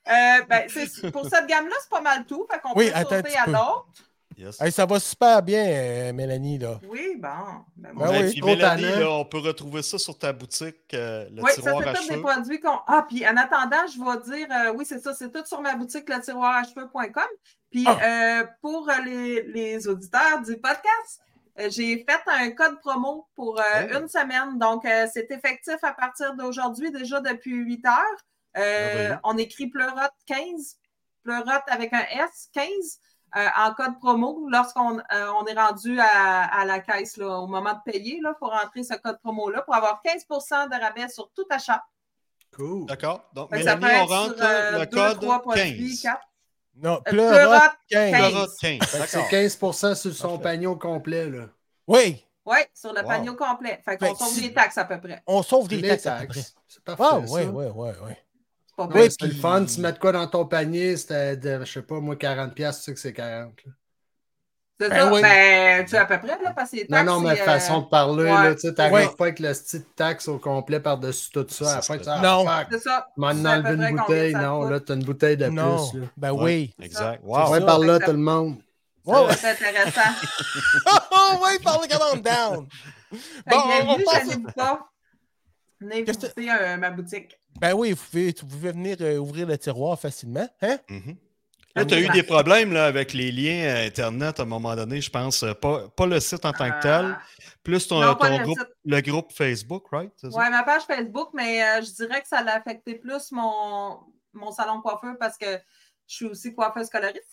Euh, ben, c'est- pour cette gamme-là, c'est pas mal tout. Fait qu'on Oui, peut attends un sauter petit à peu. d'autres. Yes. Hey, ça va super bien, euh, Mélanie. Là. Oui, bon. Ben, Ben bon. Ouais, oui, puis trop Mélanie, tannant. là, on peut retrouver ça sur ta boutique, euh, le oui, ça, tiroir c'est à tous des cheveux. produits qu'on. Ah, puis en attendant, je vais dire, euh, oui, c'est ça, c'est tout sur ma boutique, le tiroir à cheveux.com. Puis euh, pour euh, les, les auditeurs du podcast, euh, j'ai fait un code promo pour euh, Oh. une semaine. Donc, euh, c'est effectif à partir d'aujourd'hui, déjà depuis 8 heures. Euh, Merveilleux. on écrit pleurote 15, pleurote avec un S, 15. euh, en code promo, lorsqu'on euh, on est rendu à, à la caisse, là, au moment de payer, il faut rentrer ce code promo-là pour avoir 15 de rabais sur tout achat. Cool. D'accord? Donc, Fait que Mélanie, on rentre euh, le deux, code trois produits, 15. quatre. Non, Euh, pleurote pleurote 15. 15. Pleurote 15. Fait que D'accord. C'est 15 sur son Parfait. panier au complet, là. Oui, Oui, sur le Wow. panier au complet. Fait Ben, qu'on sauve si- les taxes à peu près. on sauve des Les taxes. à peu près. taxes. C'est parfait. Ah, ça. oui, oui, oui, oui. C'est pas Non, pire. Oui, mais c'est puis- le fun, tu mets de quoi dans ton panier, c'était, de, je sais pas, moi, 40$, piastres, tu sais que c'est 40. là. C'est ben ça, oui. ben, tu es à peu près, là, parce que les Non, taxes. non, mais c'est, euh, façon de parler, là, ouais. tu sais, t'arrives Ouais. pas avec le style de taxe au complet par-dessus tout ça. Ça à la fin, serait- tu as Non. C'est ça. M'en C'est à peu enlever près une combien bouteille, ça non, coûte. là, t'as une bouteille de Non, Ah, plus, là. ben Ouais, oui. Exact. Ouais, Wow. ça. par là, tout le monde. Ça Ouais, ouais. doit être intéressant. Oh, oh, oui, parle calm down. Fait Bon, que on bienvenue, passe- chez Nicolas. Venez Qu'est-ce que- visiter euh, ma boutique. Ben oui, vous pouvez, vous pouvez venir euh, ouvrir le tiroir facilement. Hein? Mm-hmm. Mhm. Là, tu as eu des problèmes là, avec les liens euh, Internet à un moment donné, je pense. euh, Pas, pas le site en tant que tel, plus ton, Ah. non, pas ton le groupe, site. le groupe Facebook, right? C'est ça? Oui, ma page Facebook, mais euh, je dirais que ça l'a affecté plus mon, mon salon coiffeur parce que je suis aussi coiffeuse coloriste.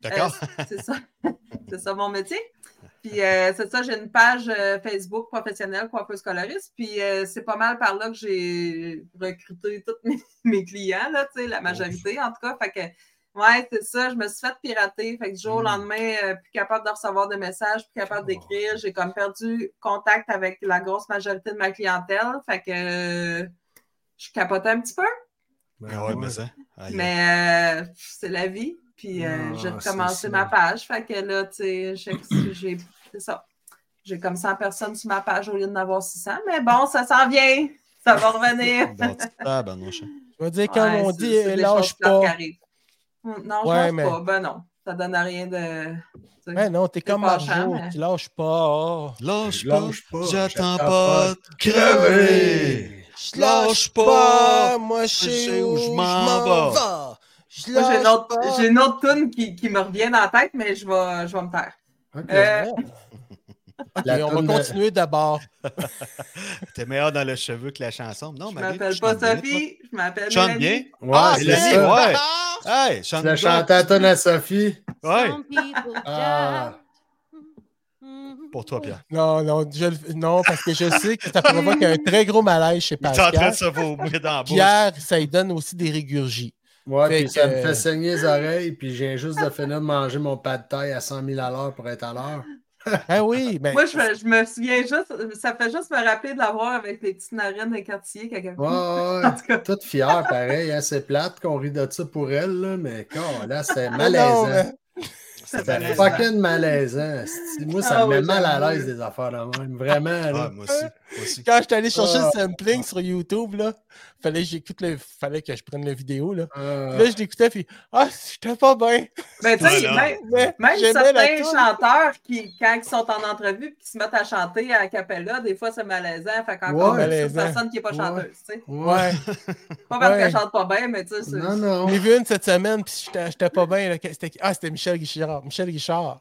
D'accord? Euh, c'est ça. c'est ça mon métier. Puis euh, c'est ça, j'ai une page euh, Facebook professionnelle coiffeuse coloriste. Puis euh, c'est pas mal par là que j'ai recruté tous mes, mes clients, là, tu sais, la majorité en tout cas. Fait que, ouais, c'est ça, je me suis fait pirater. Fait que du jour au Mm. lendemain, euh, plus capable de recevoir de messages, plus capable d'écrire. J'ai comme perdu contact avec la grosse majorité de ma clientèle. Fait que euh, je capotais un petit peu. Ben Ah ouais, mais ça. Aïe, aïe. Mais euh, c'est la vie. Puis euh, Ah, j'ai c'est recommencé ça. ma page. Fait que là, tu sais, j'ai- j'ai. C'est ça. J'ai comme 100 personnes sur ma page au lieu d'en avoir 600. Mais bon, ça s'en vient. Ça va revenir. Bon, ah, ben non, je- Je veux dire, quand Ouais, on c'est- dit c'est euh, des choses lâche plates pas. qui arrivent. Hum, Non, je Ouais, lâche mais- pas. Ben non, ça donne rien de. tu sais. Ben non, t'es comme fâchant, Marjo, mais- tu lâches pas. oh. Lâche Je pas, lâche pas. j'attends pas de crever. crever. Je Lâche pas, moi je sais où je m'en vais. Je Moi, j'ai une lâche autre, pas. j'ai une autre toune qui, qui me revient dans la tête, mais je vais, je vais me taire. Ok. Euh, Ok, La on toune euh, de- va continuer d'abord. T'es meilleur dans le cheveu que la chanson. Non, Je Marie, m'appelle tu pas chantes bien, Sophie, je m'appelle. toi. Chante Mélanie. bien. Ouais, Ah, c'est la ça. vie, ouais. Hey, chante Tu l'as chanté à tonne à Sophie. Ouais. Some people Ah. just- Pour toi, Pierre. Non, non, je le- non, parce que je sais que ça provoque un très gros malaise chez Il est en train de Pascal. se vomir dans la bouche. Pierre, ça lui donne aussi des régurgies. Ouais, Fait puis ça que- euh, me fait saigner les oreilles, puis j'ai juste de finir de manger mon pas de taille à 100 000 à l'heure pour être à l'heure. Ah oui, Ben, mais. Moi, je, me- je me souviens juste, ça fait juste me rappeler de l'avoir avec les petites narines des quartiers. quelqu'un. Ouais, ouais, En ouais. tout cas, Toute fière, pareil. hein, C'est plate qu'on rit de ça pour elle, là, mais quand, là, c'est Ah non, malaisant. ça fait C'est mal. fucking malaisant. esti. Moi, ça Ah me met ouais, mal à j'avoue. l'aise des affaires de même. Vraiment. Ah, là. moi aussi. Moi aussi. Quand je suis allé chercher Ah. le sampling sur YouTube, là, fallait que j'écoute le. Fallait que je prenne la vidéo, là. Ah. Là, je l'écoutais, puis ah, j'étais pas bien. Mais ben, tu sais, Voilà. même, Mais même j'aimais la certains toune. chanteurs qui, quand ils sont en entrevue et qui se mettent à chanter à cappella, des fois c'est malaisant. Fait qu'encore Ouais, une malaisant. personne qui n'est pas Ouais. chanteuse. tu sais. Ouais. Pas parce Ouais. qu'elle chante pas bien, mais tu sais, c'est- Non, J'en non. ai vu une cette semaine, puis j'étais j'étais pas bien. là, que- c'était qui? Ah, c'était Michel Richard. Michel Richard.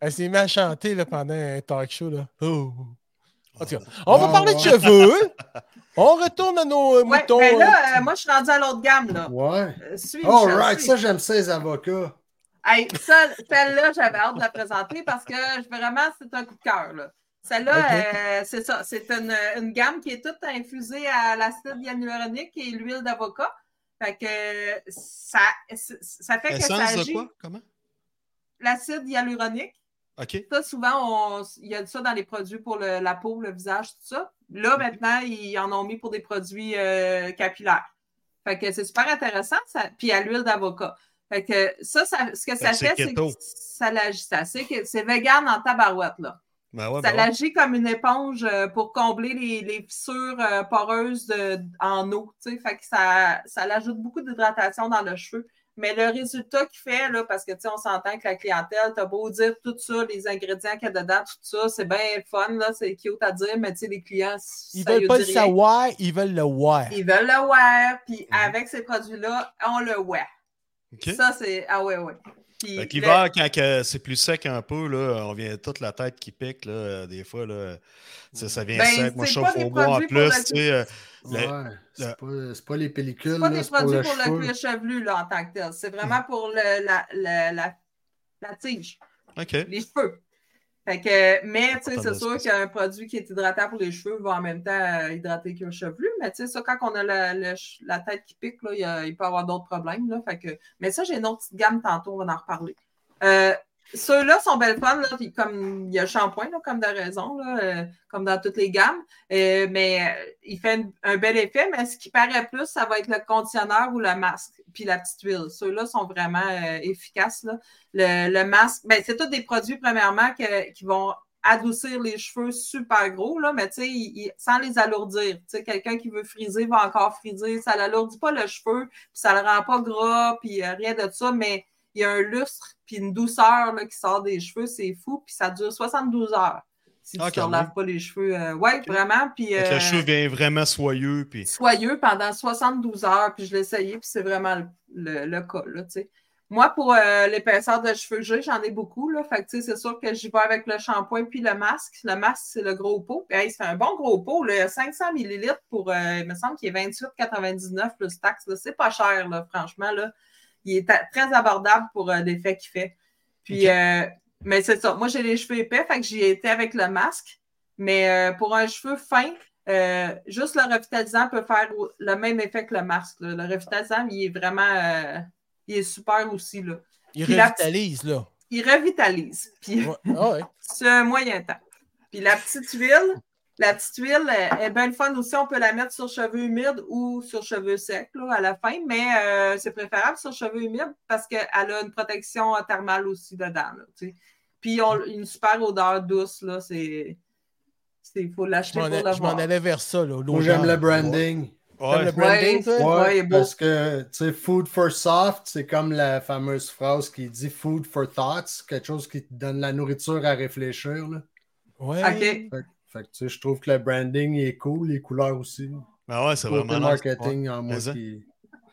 Elle s'est mise à chanter là, pendant un talk show. Là. Oh. En tout cas, on va Ah, parler de ouais. cheveux. On retourne à nos euh, Ouais, moutons. mais là, euh, euh, moi, je suis rendue à l'autre gamme, là. Ouais. Euh, Suis, Michel, Alright, suis. ça, j'aime ça, les avocats. Hey, ça, celle-là, j'avais hâte de la présenter parce que je- vraiment, c'est un coup de cœur. là. Celle-là, Ok. euh, c'est ça. C'est une, une gamme qui est toute infusée à l'acide hyaluronique et l'huile d'avocat. Fait que ça, c'est- ça fait que ça Essence de agit. quoi? Comment? L'acide hyaluronique. OK. Ça, souvent, on- il y a de ça dans les produits pour le- la peau, le visage, tout ça. Là, maintenant, ils en ont mis pour des produits euh, capillaires. Fait que c'est super intéressant, ça. Puis à l'huile d'avocat. Fait que ça, ça- ce que ça c'est fait, c'est que keto. ça l'agit. ça. C'est que- c'est vegan en tabarouette, là. Ben ouais, ben ça ouais. l'agit comme une éponge euh, pour combler les, les fissures euh, poreuses de- en eau. tu sais. Fait que ça, ça l'ajoute beaucoup d'hydratation dans le cheveu. Mais le résultat qu'il fait, là, parce que tu sais, on s'entend que la clientèle, t'as beau dire tout ça, les ingrédients qu'il y a dedans, tout ça, c'est bien fun, là, c'est cute à dire, mais tu sais, les clients, ils ça veulent lui pas le dit rien. savoir, ils veulent le voir. Ils veulent le wear, puis Mhm. avec ces produits-là, on le wear. OK. Ça, c'est. Ah ouais, ouais. Puis Fait que le- l'hiver, quand que c'est plus sec un peu, là, on vient toute la tête qui pique, là, euh, des fois, là, tu sais, ça vient Ben, sec. Moi, je c'est chauffe pas des au bois en produits pour plus, la- tu sais, euh, le- Ouais. le- C'est pas, c'est pas les pellicules. C'est pas là, des c'est pour produits le pour le cheveu. cuir chevelu là, en tant que tel. C'est Hmm. vraiment pour le- la, la, la, la tige, OK. les cheveux. Fait que, mais tu sais, Attends, c'est laisse- sûr qu'un produit qui est hydratant pour les cheveux va en même temps euh, hydrater le cuir chevelu. Mais tu sais, ça, quand on a le- le ch- la tête qui pique, là, il, y a- il peut y avoir d'autres problèmes. Là, fait que, mais ça, j'ai une autre petite gamme tantôt, on va en reparler. Euh, Ceux-là sont belles fun, là, puis comme il y a le shampoing, là, comme de raison, là, euh, comme dans toutes les gammes. Euh, mais euh, il fait une- un bel effet, mais ce qui paraît plus, ça va être le conditionneur ou le masque, puis la petite huile. Ceux-là sont vraiment euh, efficaces. Là. Le, le masque, ben, c'est tous des produits, premièrement, que- qui vont adoucir les cheveux super gros, là, mais tu sais, il- il- sans les alourdir. Tu sais, quelqu'un qui veut friser va encore friser. Ça l'alourdit pas le cheveu, puis ça le rend pas gras, puis euh, rien de ça, mais il y a un lustre, puis une douceur là, qui sort des cheveux, c'est fou, puis ça dure 72 heures. Si tu Ah, ne te quand relaves pas les cheveux. euh, ouais, vraiment, puis... Fait que euh, le cheveu vient vraiment soyeux, puis soyeux pendant 72 heures, puis je l'ai essayé, puis c'est vraiment le, le- le cas, là, tu sais. Moi, pour euh, l'épaisseur de cheveux que j'ai, j'en ai beaucoup, là, fait que, tu sais, c'est sûr que j'y vais avec le shampoing puis le masque. Le masque, c'est le gros pot. Puis, hey, c'est un bon gros pot, là, 500 millilitres pour, euh, il me semble qu'il est 28,99 plus taxe, là. c'est pas cher, là, franchement, là. Il est ta- très abordable pour euh, l'effet qu'il fait. Puis, euh, mais c'est ça. Moi, j'ai les cheveux épais, fait que j'y étais avec le masque. Mais euh, pour un cheveu fin, euh, juste le revitalisant peut faire au- le même effet que le masque. là. Le revitalisant, il est vraiment euh, il est super aussi. Là. Ils Puis la- revitalisent, là. Il revitalise. Puis Ouais. Ah ouais. c'est un moyen temps. Puis la petite huile, la petite huile euh, est bien le fun aussi. On peut la mettre sur cheveux humides ou sur cheveux secs là, à la fin, mais euh, c'est préférable sur cheveux humides parce qu'elle a une protection euh, thermale aussi dedans. là, tu sais. Puis on, une super odeur douce, là, c'est. Il faut Je l'acheter m'en pour a- le je m'en voir. allais vers ça, là. Moi, j'aime le branding. J'aime le ouais, branding, toi? Ouais. beau. parce que, tu sais, food for soft, c'est comme la fameuse phrase qui dit food for thoughts, quelque chose qui te donne la nourriture à réfléchir. Là. Ouais. OK. Fait que, tu sais, je trouve que le branding est cool, les couleurs aussi. ben ouais, c'est Côté vraiment nice. marketing en moi Mais ça. qui...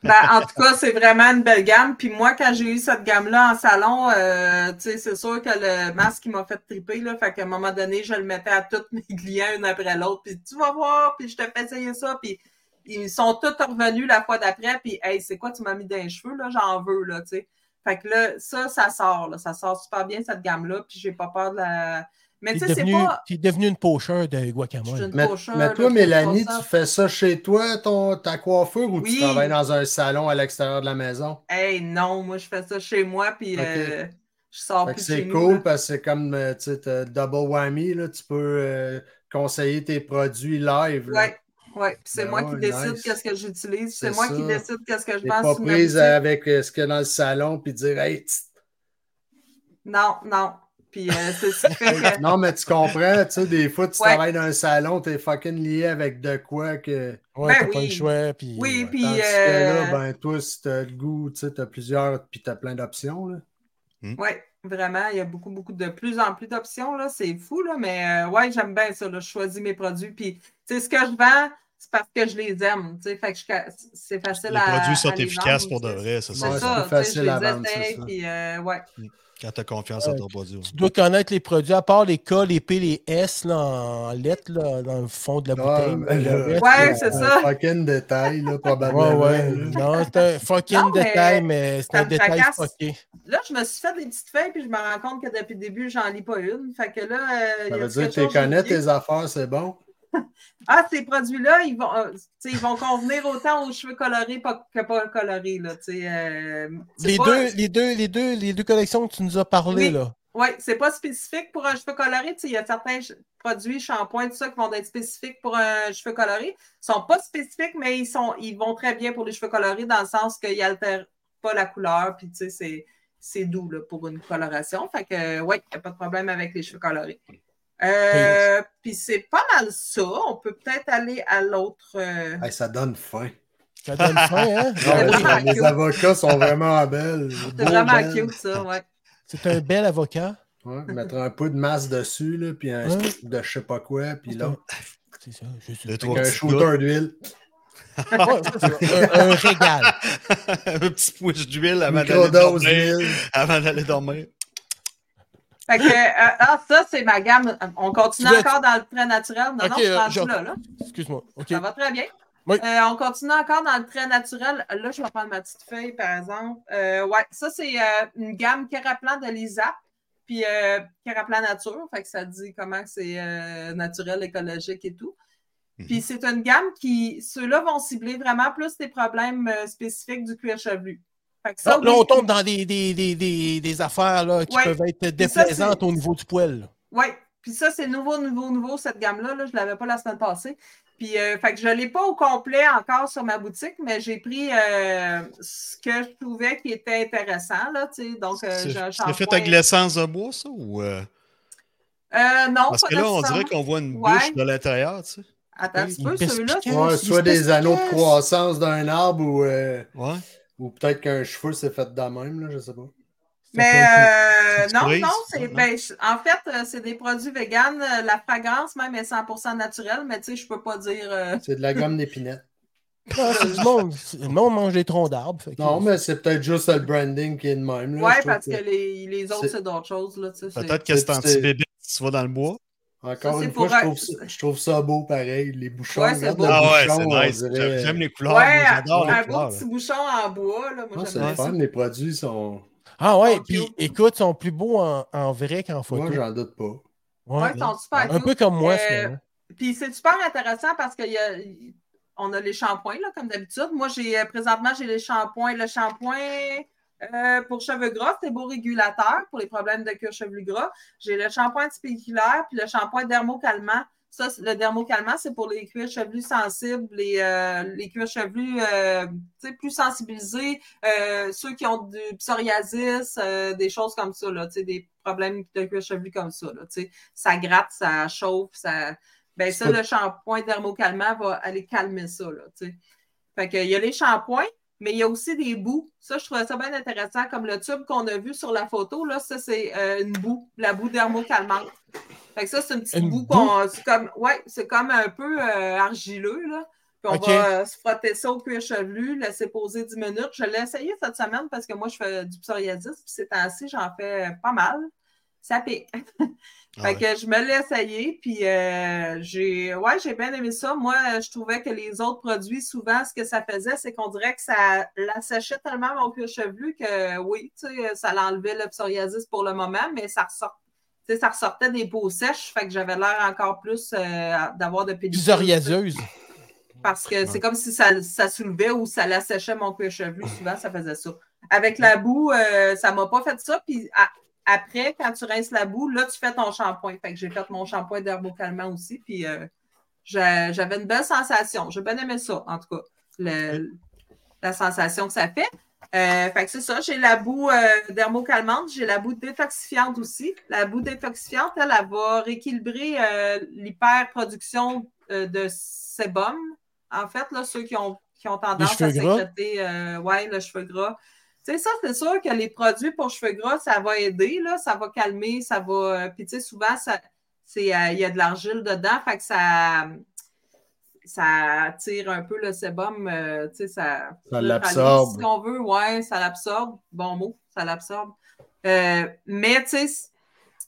Ben, en tout cas, c'est vraiment une belle gamme. Puis moi, quand j'ai eu cette gamme-là en salon, euh, tu sais, c'est sûr que le masque, il m'a fait triper. Là, fait qu'à un moment donné, je le mettais à tous mes clients, une après l'autre. Puis tu vas voir, puis je te fais essayer ça. Puis ils sont tous revenus la fois d'après. Puis, hey, c'est quoi, tu m'as mis dans les cheveux, là, j'en veux, là, tu sais. Fait que là, ça, ça sort. Là. Ça sort super bien, cette gamme-là. Puis j'ai pas peur de la. Mais T'es tu sais, c'est devenu, pas. t'es devenu une pocheur de Je suis guacamole. une Mais, pocheur, mais là, toi, je Mélanie, fais pas tu ça. fais ça chez toi, ton, ta coiffure, ou Oui. tu travailles dans un salon à l'extérieur de la maison? Hey, non, moi, je fais ça chez moi, puis Ok. euh, je sors Fait que plus de c'est chez nous, cool là. parce que c'est comme euh, tu sais, t'as double whammy, là, tu peux euh, conseiller tes produits live. là. Ouais, ouais. Puis c'est Ben moi qui ouais, décide nice. qu'est-ce que j'utilise. C'est C'est moi qui ça. décide qu'est-ce que je T'es vends pas sur ma prise boutique. avec euh, ce qu'il y a dans le salon puis dire Hey, tss, Non, non. Puis euh, c'est ce qui fait que... non, mais tu comprends, tu sais, des fois tu Ouais. travailles dans un salon, t'es fucking lié avec de quoi que Ouais, Ben t'as pas oui. le choix. Puis, Oui, ouais. puis tandis euh, que là, ben toi, si t'as le goût, tu sais, t'as plusieurs puis t'as plein d'options. là. ouais, vraiment, il y a beaucoup, beaucoup de plus en plus d'options, là. C'est fou, là, mais euh, ouais, j'aime bien ça, là. Je choisis mes produits, puis tu sais, ce que je vends, c'est parce que je les aime, tu sais, fait que je- c'est facile Les à produits sont à les efficaces vendre pour de aussi. vrai, c'est C'est ça. Ouais, ça, c'est plus tu sais, facile je les à vendre, essaye, c'est ça. puis euh, ouais. Quand t'as confiance en ton produit. ouais. Tu dois connaître les produits, à part les K, les P, les S là, en lettres là, dans le fond de la Ah, bouteille. Le ben là, reste, Ouais, là, c'est un ça. Fucking détail, là, Ouais, probablement. ouais. là. Non, c'est un fucking Non, mais détail, mais c'est ça un me détail tracasse. fucké. Là, je me suis fait des petites feuilles, puis je me rends compte que depuis le début, j'en lis pas une. Fait que là. euh, Ça y a veut dire que tu quelque chose que j'ai connais oublié? tes affaires, c'est bon. Ah, ces produits-là, ils vont, euh, tu sais, ils vont convenir autant aux cheveux colorés pas- que pas colorés. Là, tu sais, euh, c'est Les pas- deux, les deux, les deux, les deux collections que tu nous as parlé, Oui. là. Oui, c'est pas spécifique pour un cheveu coloré. Tu sais, Il y a certains ch- produits, shampoings, tout ça, qui vont être spécifiques pour un cheveu coloré. Ils sont pas spécifiques, mais ils, sont, ils vont très bien pour les cheveux colorés dans le sens qu'ils n'altèrent pas la couleur. Puis, tu sais, c'est, c'est doux là, pour une coloration. Fait que, oui, il n'y a pas de problème avec les cheveux colorés. Euh, Puis, c'est pas mal ça. On peut peut-être aller à l'autre. euh, Ah, Hey, ça donne faim. Ça donne faim, hein? Ah, ouais, vraiment les cute. avocats sont vraiment belles. C'est Beaux, vraiment belles. cute, ça, ouais. C'est un bel avocat. Ouais, mettre un peu de masse dessus, là, puis Hein? un Ouais. de je sais pas quoi, puis là, C'est ça, je sais pas. Deux, trois un petites gouttes. shooter d'huile, Ah, Ouais, c'est un, un régal. un petit push d'huile avant d'aller microdose dormir. d'huile. Avant d'aller dormir. Fait que, euh, ah, ça, c'est ma gamme. On continue Tu veux- encore dans le trait naturel. Non, non, Ok, je euh, suis rendue je- là, là. Excuse-moi. OK. Ça va très bien. Oui. Euh, on continue encore dans le trait naturel. Là, je vais prendre ma petite feuille, par exemple. Euh, ouais, ça, c'est euh, une gamme Caraplan de l'ISAP, puis euh, Caraplan Nature. Fait que ça dit comment c'est euh, naturel, écologique et tout. Mhm. Puis c'est une gamme qui, ceux-là vont cibler vraiment plus des problèmes euh, spécifiques du cuir chevelu. Fait que ça, Ah, là, oui. on tombe dans des, des, des, des, des affaires là, qui Ouais. peuvent être ça, déplaisantes c'est- au niveau du poil. là. Oui, puis ça, c'est nouveau, nouveau, nouveau, cette gamme-là. Là. Je ne l'avais pas la semaine passée. Puis, euh, fait que je ne l'ai pas au complet encore sur ma boutique, mais j'ai pris euh, ce que je trouvais qui était intéressant. Là, tu sais. Donc, euh, C'est j'ai un c'est fait shampoing. avec l'essence de bois, ça? Ou, euh, Euh, non, Parce pas que là, on dirait nécessairement. qu'on voit une Ouais. bûche de l'intérieur, tu sais. Attends un petit Il peu, pisse celui-là. piquant. Ouais, Yes, soit yes, yes. des anneaux de croissance d'un arbre ou, euh, Ouais. ou peut-être qu'un cheveu s'est fait de même, là, je sais pas. Mais euh, c'est non, surprise, non, c'est non? ben, je- en fait, euh, c'est des produits véganes. Euh, La fragrance même est 100% naturelle, mais tu sais, je peux pas dire. euh, C'est de la gomme d'épinette. Ah, Non, c'est du monde. c'est- Le monde mange des troncs d'arbres. fait que- Non, mais c'est peut-être juste le branding qui est de même. Là, je Ouais, trouve parce que les, les autres, c'est- c'est d'autres choses. Là, tu sais, c'est- Peut-être que c'est c'est- anti-bébé si tu vas dans le bois. Encore Ça, c'est une fois, pour je un- trouve, ça, je trouve ça beau pareil. Les bouchons, Ouais, c'est regarde beau. le Ah ouais, bouchon, on c'est nice. dirait- J'aime- J'aime les couleurs. Ouais, moi, J'adore un les beau couleurs. petit bouchon en bois, là. Moi, Non, Ah, c'est j'aime le bien fun, ça. les produits sont. Ah ouais, Oh, puis cute. écoute, ils sont plus beaux en, en vrai qu'en photo. Moi, j'en doute pas. Ouais. Ouais, ils sont super un cute. peu comme moi, Euh, finalement. Puis c'est super intéressant parce qu'on a, il- on a les shampoings, là, comme d'habitude. Moi, j'ai euh, présentement, j'ai les shampoings. Le shampoing euh, pour cheveux gras, c'est beau régulateur pour les problèmes de cuir chevelu gras. J'ai le shampoing spéculaire, puis le shampoing dermocalmant. Ça, c'est- le dermocalmant, c'est pour les cuirs chevelus sensibles, les, euh, les cuirs chevelus euh, tu sais, plus sensibilisés, euh, ceux qui ont du psoriasis, euh, des choses comme ça, là, tu sais, des problèmes de cuir chevelu comme ça. Là, tu sais. ça gratte, ça chauffe, ça. Ben ça, C'est- le shampoing dermocalmant va aller calmer ça, là, tu sais. Fait que, il y a les shampoings, mais il y a aussi des bouts. Ça, je trouvais ça bien intéressant, comme le tube qu'on a vu sur la photo, là, ça, c'est euh, une boue, la boue dermocalmante. Fait que ça, c'est une petite Une boue boue? qu'on... C'est comme, ouais, c'est comme un peu euh, argileux, là. Puis on Ok. va euh, se frotter ça au cuir chevelu, laisser poser 10 minutes. Je l'ai essayé cette semaine parce que moi, je fais du psoriasis, puis ces temps-ci, j'en fais pas mal. ça pique. fait Ouais. que je me l'ai essayé, puis euh, j'ai ouais, j'ai bien aimé ça. Moi, je trouvais que les autres produits, souvent, ce que ça faisait, c'est qu'on dirait que ça l'asséchait tellement mon cuir chevelu que oui, tu sais, ça l'enlevait le psoriasis pour le moment, mais ça ressort. tu sais, ça ressortait des peaux sèches, fait que j'avais l'air encore plus euh, d'avoir de pellicule. Psoriaseuse. Parce que c'est comme si ça, ça soulevait ou ça l'asséchait mon cuir chevelu. Souvent, ça faisait ça. Avec la boue, euh, ça m'a pas fait ça. Puis a- après, quand tu rinces la boue, là, tu fais ton shampoing. Fait que j'ai fait mon shampoing d'herbocalmant aussi. Puis euh, j'a- j'avais une belle sensation. J'ai bien aimé ça, en tout cas. le- la sensation que ça fait. Euh, fait que c'est ça, j'ai la boue euh, dermocalmante, j'ai la boue détoxifiante aussi. La boue détoxifiante, elle, elle va rééquilibrer euh, l'hyperproduction euh, de sébum. En fait, là, ceux qui ont, qui ont tendance Les à cheveux gras. sécréter euh, ouais, le cheveu gras. Tu sais, ça, c'est sûr que les produits pour cheveux gras, ça va aider, là, ça va calmer, ça va. euh, Puis, tu sais, souvent, ça- c'est, euh, il y a de l'argile dedans, fait que ça, ça attire un peu le sébum, euh, tu sais, ça. Ça neutralise, l'absorbe. Si on veut, ouais, ça l'absorbe. Bon mot, ça l'absorbe. Euh, mais, tu sais, c-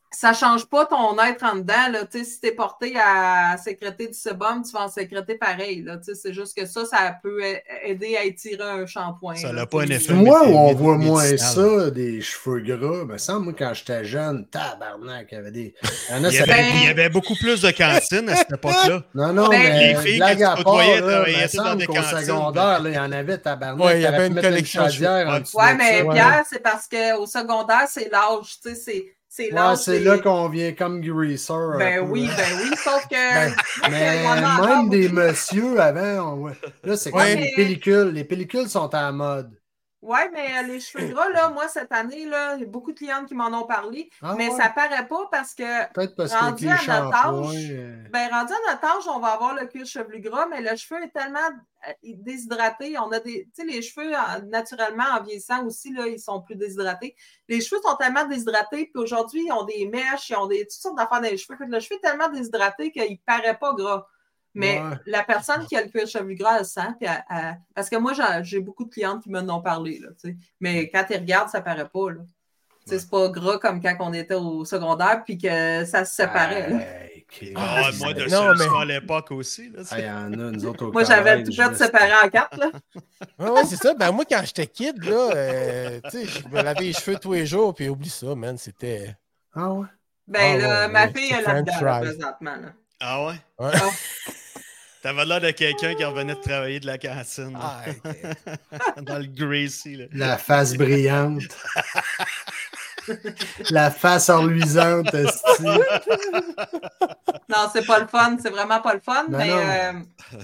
ça change pas ton être en dedans, là. Tu sais, si t'es porté à sécréter du sébum, tu vas en sécréter pareil, là. Tu sais, c'est juste que ça, ça peut a- aider à étirer un shampoing. Ça là, n'a tu pas sais. un effet. C'est moi médi- où on médi- voit moins médicinal. ça, des cheveux gras. Me semble, moi, quand j'étais jeune, tabarnak, il y avait des. Il y en a, Ah Il y, ça- avait, il y avait beaucoup plus de cantines à cette époque-là. Non, non, Ben, mais. les filles blague que tu à part, côtoyais là, travaillaient me toutes dans semble des qu'au cantines, secondaire, là, il y en avait, tabarnak. Ouais, il y t'avais avait pu une mettre collection de chaudière cheveux. en Ouais. dessous de Ouais, ça. mais Ouais. Pierre, c'est parce qu'au secondaire, c'est l'âge, tu sais, c'est- c'est Ouais, l'âge. c'est des- là qu'on vient comme greaser. un Ben peu, oui, hein. ben oui, sauf que. Ben, sauf qu'il Mais y en a encore même des beaucoup. messieurs avant, on voit- là, c'est Ouais, comme les mais- pellicules. Les pellicules sont à la mode. Ouais, mais euh, les cheveux gras, là, moi, cette année, là, il y a beaucoup de clientes qui m'en ont parlé, Ah mais ouais. ça paraît pas parce que, Peut-être parce Rendu que les à notre âge, shampoings. euh, ben, rendu à notre âge, on va avoir le cuir chevelu gras, mais le cheveu est tellement euh, déshydraté. On a des, tu sais, les cheveux, en- naturellement, en vieillissant aussi, là, ils sont plus déshydratés. Les cheveux sont tellement déshydratés, puis aujourd'hui, ils ont des mèches, ils ont des, toutes sortes d'affaires dans les cheveux. Fait que le cheveu est tellement déshydraté qu'il paraît pas gras. Mais Ouais. la personne qui a le cuir chevelu gras, elle sent. puis elle- elle- parce que moi, j'en- j'ai beaucoup de clientes qui me n'ont parlé. Là, tu sais. mais quand ils regardent, ça paraît pas. Là. Tu sais, C'est pas gras comme quand on était au secondaire puis que ça se séparait. là. Hey, Chris. Ah, moi, de Non, ça, mais- à l'époque aussi. Là, Ah, Il y en a, nous autres, au Moi, j'avais tout collège, fait là, séparer en quatre. Là. Ouais, ouais, c'est ça. Ben, moi, quand j'étais kid, là, euh, tu sais, je me lavais les cheveux tous les jours, puis oublie ça, man. C'était. Ah ouais? Ben Ah, là, ouais, ma ouais, fille, c'est elle est là-dedans là, franchise. présentement. là. Ah ouais? Ouais. Ah. T'avais l'air de quelqu'un qui revenait de travailler de la cantine. là. Ah, ok. dans le Gracie. Là. Ah La face brillante. La face reluisante, esti. Non, c'est pas le fun, c'est vraiment pas le fun. Non, mais non. euh,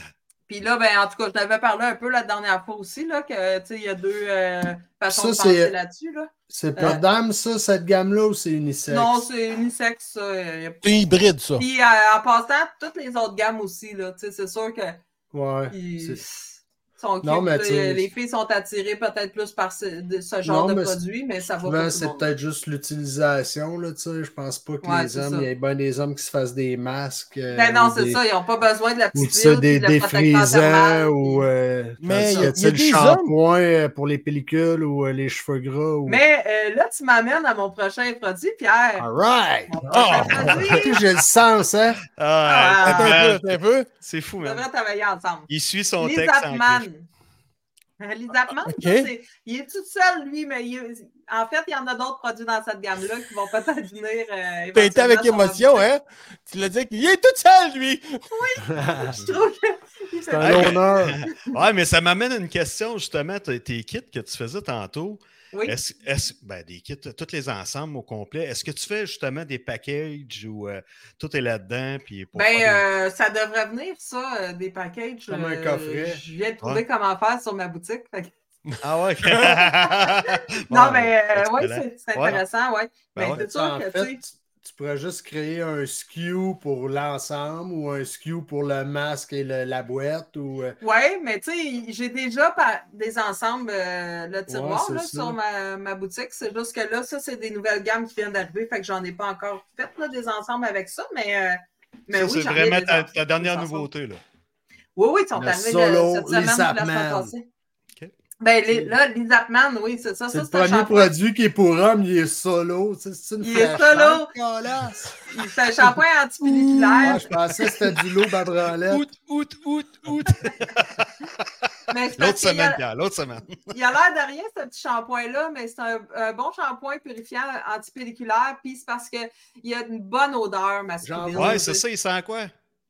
puis là, ben, en tout cas, je t'avais parlé un peu la dernière fois aussi, là, que tu sais, il y a deux euh, façons Ça, de c'est- penser là-dessus. Là. C'est pas d'âme, ça, cette gamme-là, ou c'est unisexe? Hein? Non, c'est unisexe, ça. euh, y a- C'est hybride, Oh. ça. Puis euh, en passant, toutes les autres gammes aussi, là, tu sais, c'est sûr que Ouais. ils Ah, c'est- sont Non, cute, mais là, tu sais, les filles sont attirées peut-être plus par ce, de- ce genre Non, de mais c'est- produit, mais ça va Souvent, pas tout le c'est monde. peut-être juste l'utilisation, là, tu sais. Je pense pas que Ouais, les c'est hommes, ça. il y ait bien des hommes qui se fassent des masques. euh, Ben non, ou c'est des- ça, ils n'ont pas besoin de la Ou petite de ça, huile, des, puis le des protecteur frisants, thermal, ou. puis- euh, Mais tandis il y a- que, il y a tu des sais, le shampoing euh, pour les pellicules ou euh, les cheveux gras. Ou... Ah. Mais euh, là, tu m'amènes à mon prochain produit, Pierre. All right! Mon prochain produit, J'ai le sens, hein? Ah, Ah. c'est Attends un malade. peu, attends un peu. C'est fou, on man. devrait travailler ensemble. Il suit son Liz texte en Apman. cachette. Euh, Liz Apman, Ah, Ok. ça, c'est- il est tout seul, lui, mais il est- en fait, il y en a d'autres produits dans cette gamme-là qui vont peut-être venir. euh, T'as été avec éventuellement sur émotion, hein? Tu l'as dit qu'il est tout seul, lui! la- Je trouve que. il fait- C'est un Hey. honneur. Ouais, mais ça m'amène à une question, justement. T'as- Tes kits que tu faisais tantôt, Oui. est-ce, est-ce- ben, des kits, tous les ensembles au complet, est-ce que tu fais justement des packages où euh, tout est là-dedans? Puis pour Ben, faire des- euh, ça devrait venir, ça, euh, des packages. Comme un euh, coffret. Je viens de trouver comment faire sur ma boutique. fait que- Ah ouais? non, mais euh, oui, ouais, c'est- c'est intéressant, ouais. Ben Ben, ouais. c'est sûr En que, fait, tu sais. tu- tu pourrais juste créer un SKU pour l'ensemble ou un SKU pour le masque et le- la boîte ou euh, Oui, mais tu sais, j'ai déjà par- des ensembles, euh, le tiroir c'est là, ça. sur ma, ma boutique. C'est juste que là, ça, c'est des nouvelles gammes qui viennent d'arriver. Fait que j'en ai pas encore fait là, des ensembles avec ça, mais, euh, mais Ça, oui, c'est j'en ai vraiment des ta, ensembles, ta dernière des ensembles. nouveauté, là. Oui, oui, ils sont Le arrivés solo, de- cette les semaine ou la semaine Sapman. passée. OK. Ben, les- là, l'Isapman, oui, c'est ça. C'est ça le c'est un premier shampoing. produit qui est pour homme, il est solo. C'est c'est une Il est fraîcheur. solo. Colasse. C'est un shampoing Ah, antipelliculaire. je pensais que c'était du lot babranlette. Out, out, out, out. mais c'est euh, L'autre parce qu'il y a- semaine, Pierre, l'autre semaine. Il a l'air de rien, ce petit shampoing-là, mais c'est un, un bon shampoing purifiant antipelliculaire, puis c'est parce qu'il a une bonne odeur masculine. Ouais, c'est ça, il sent quoi?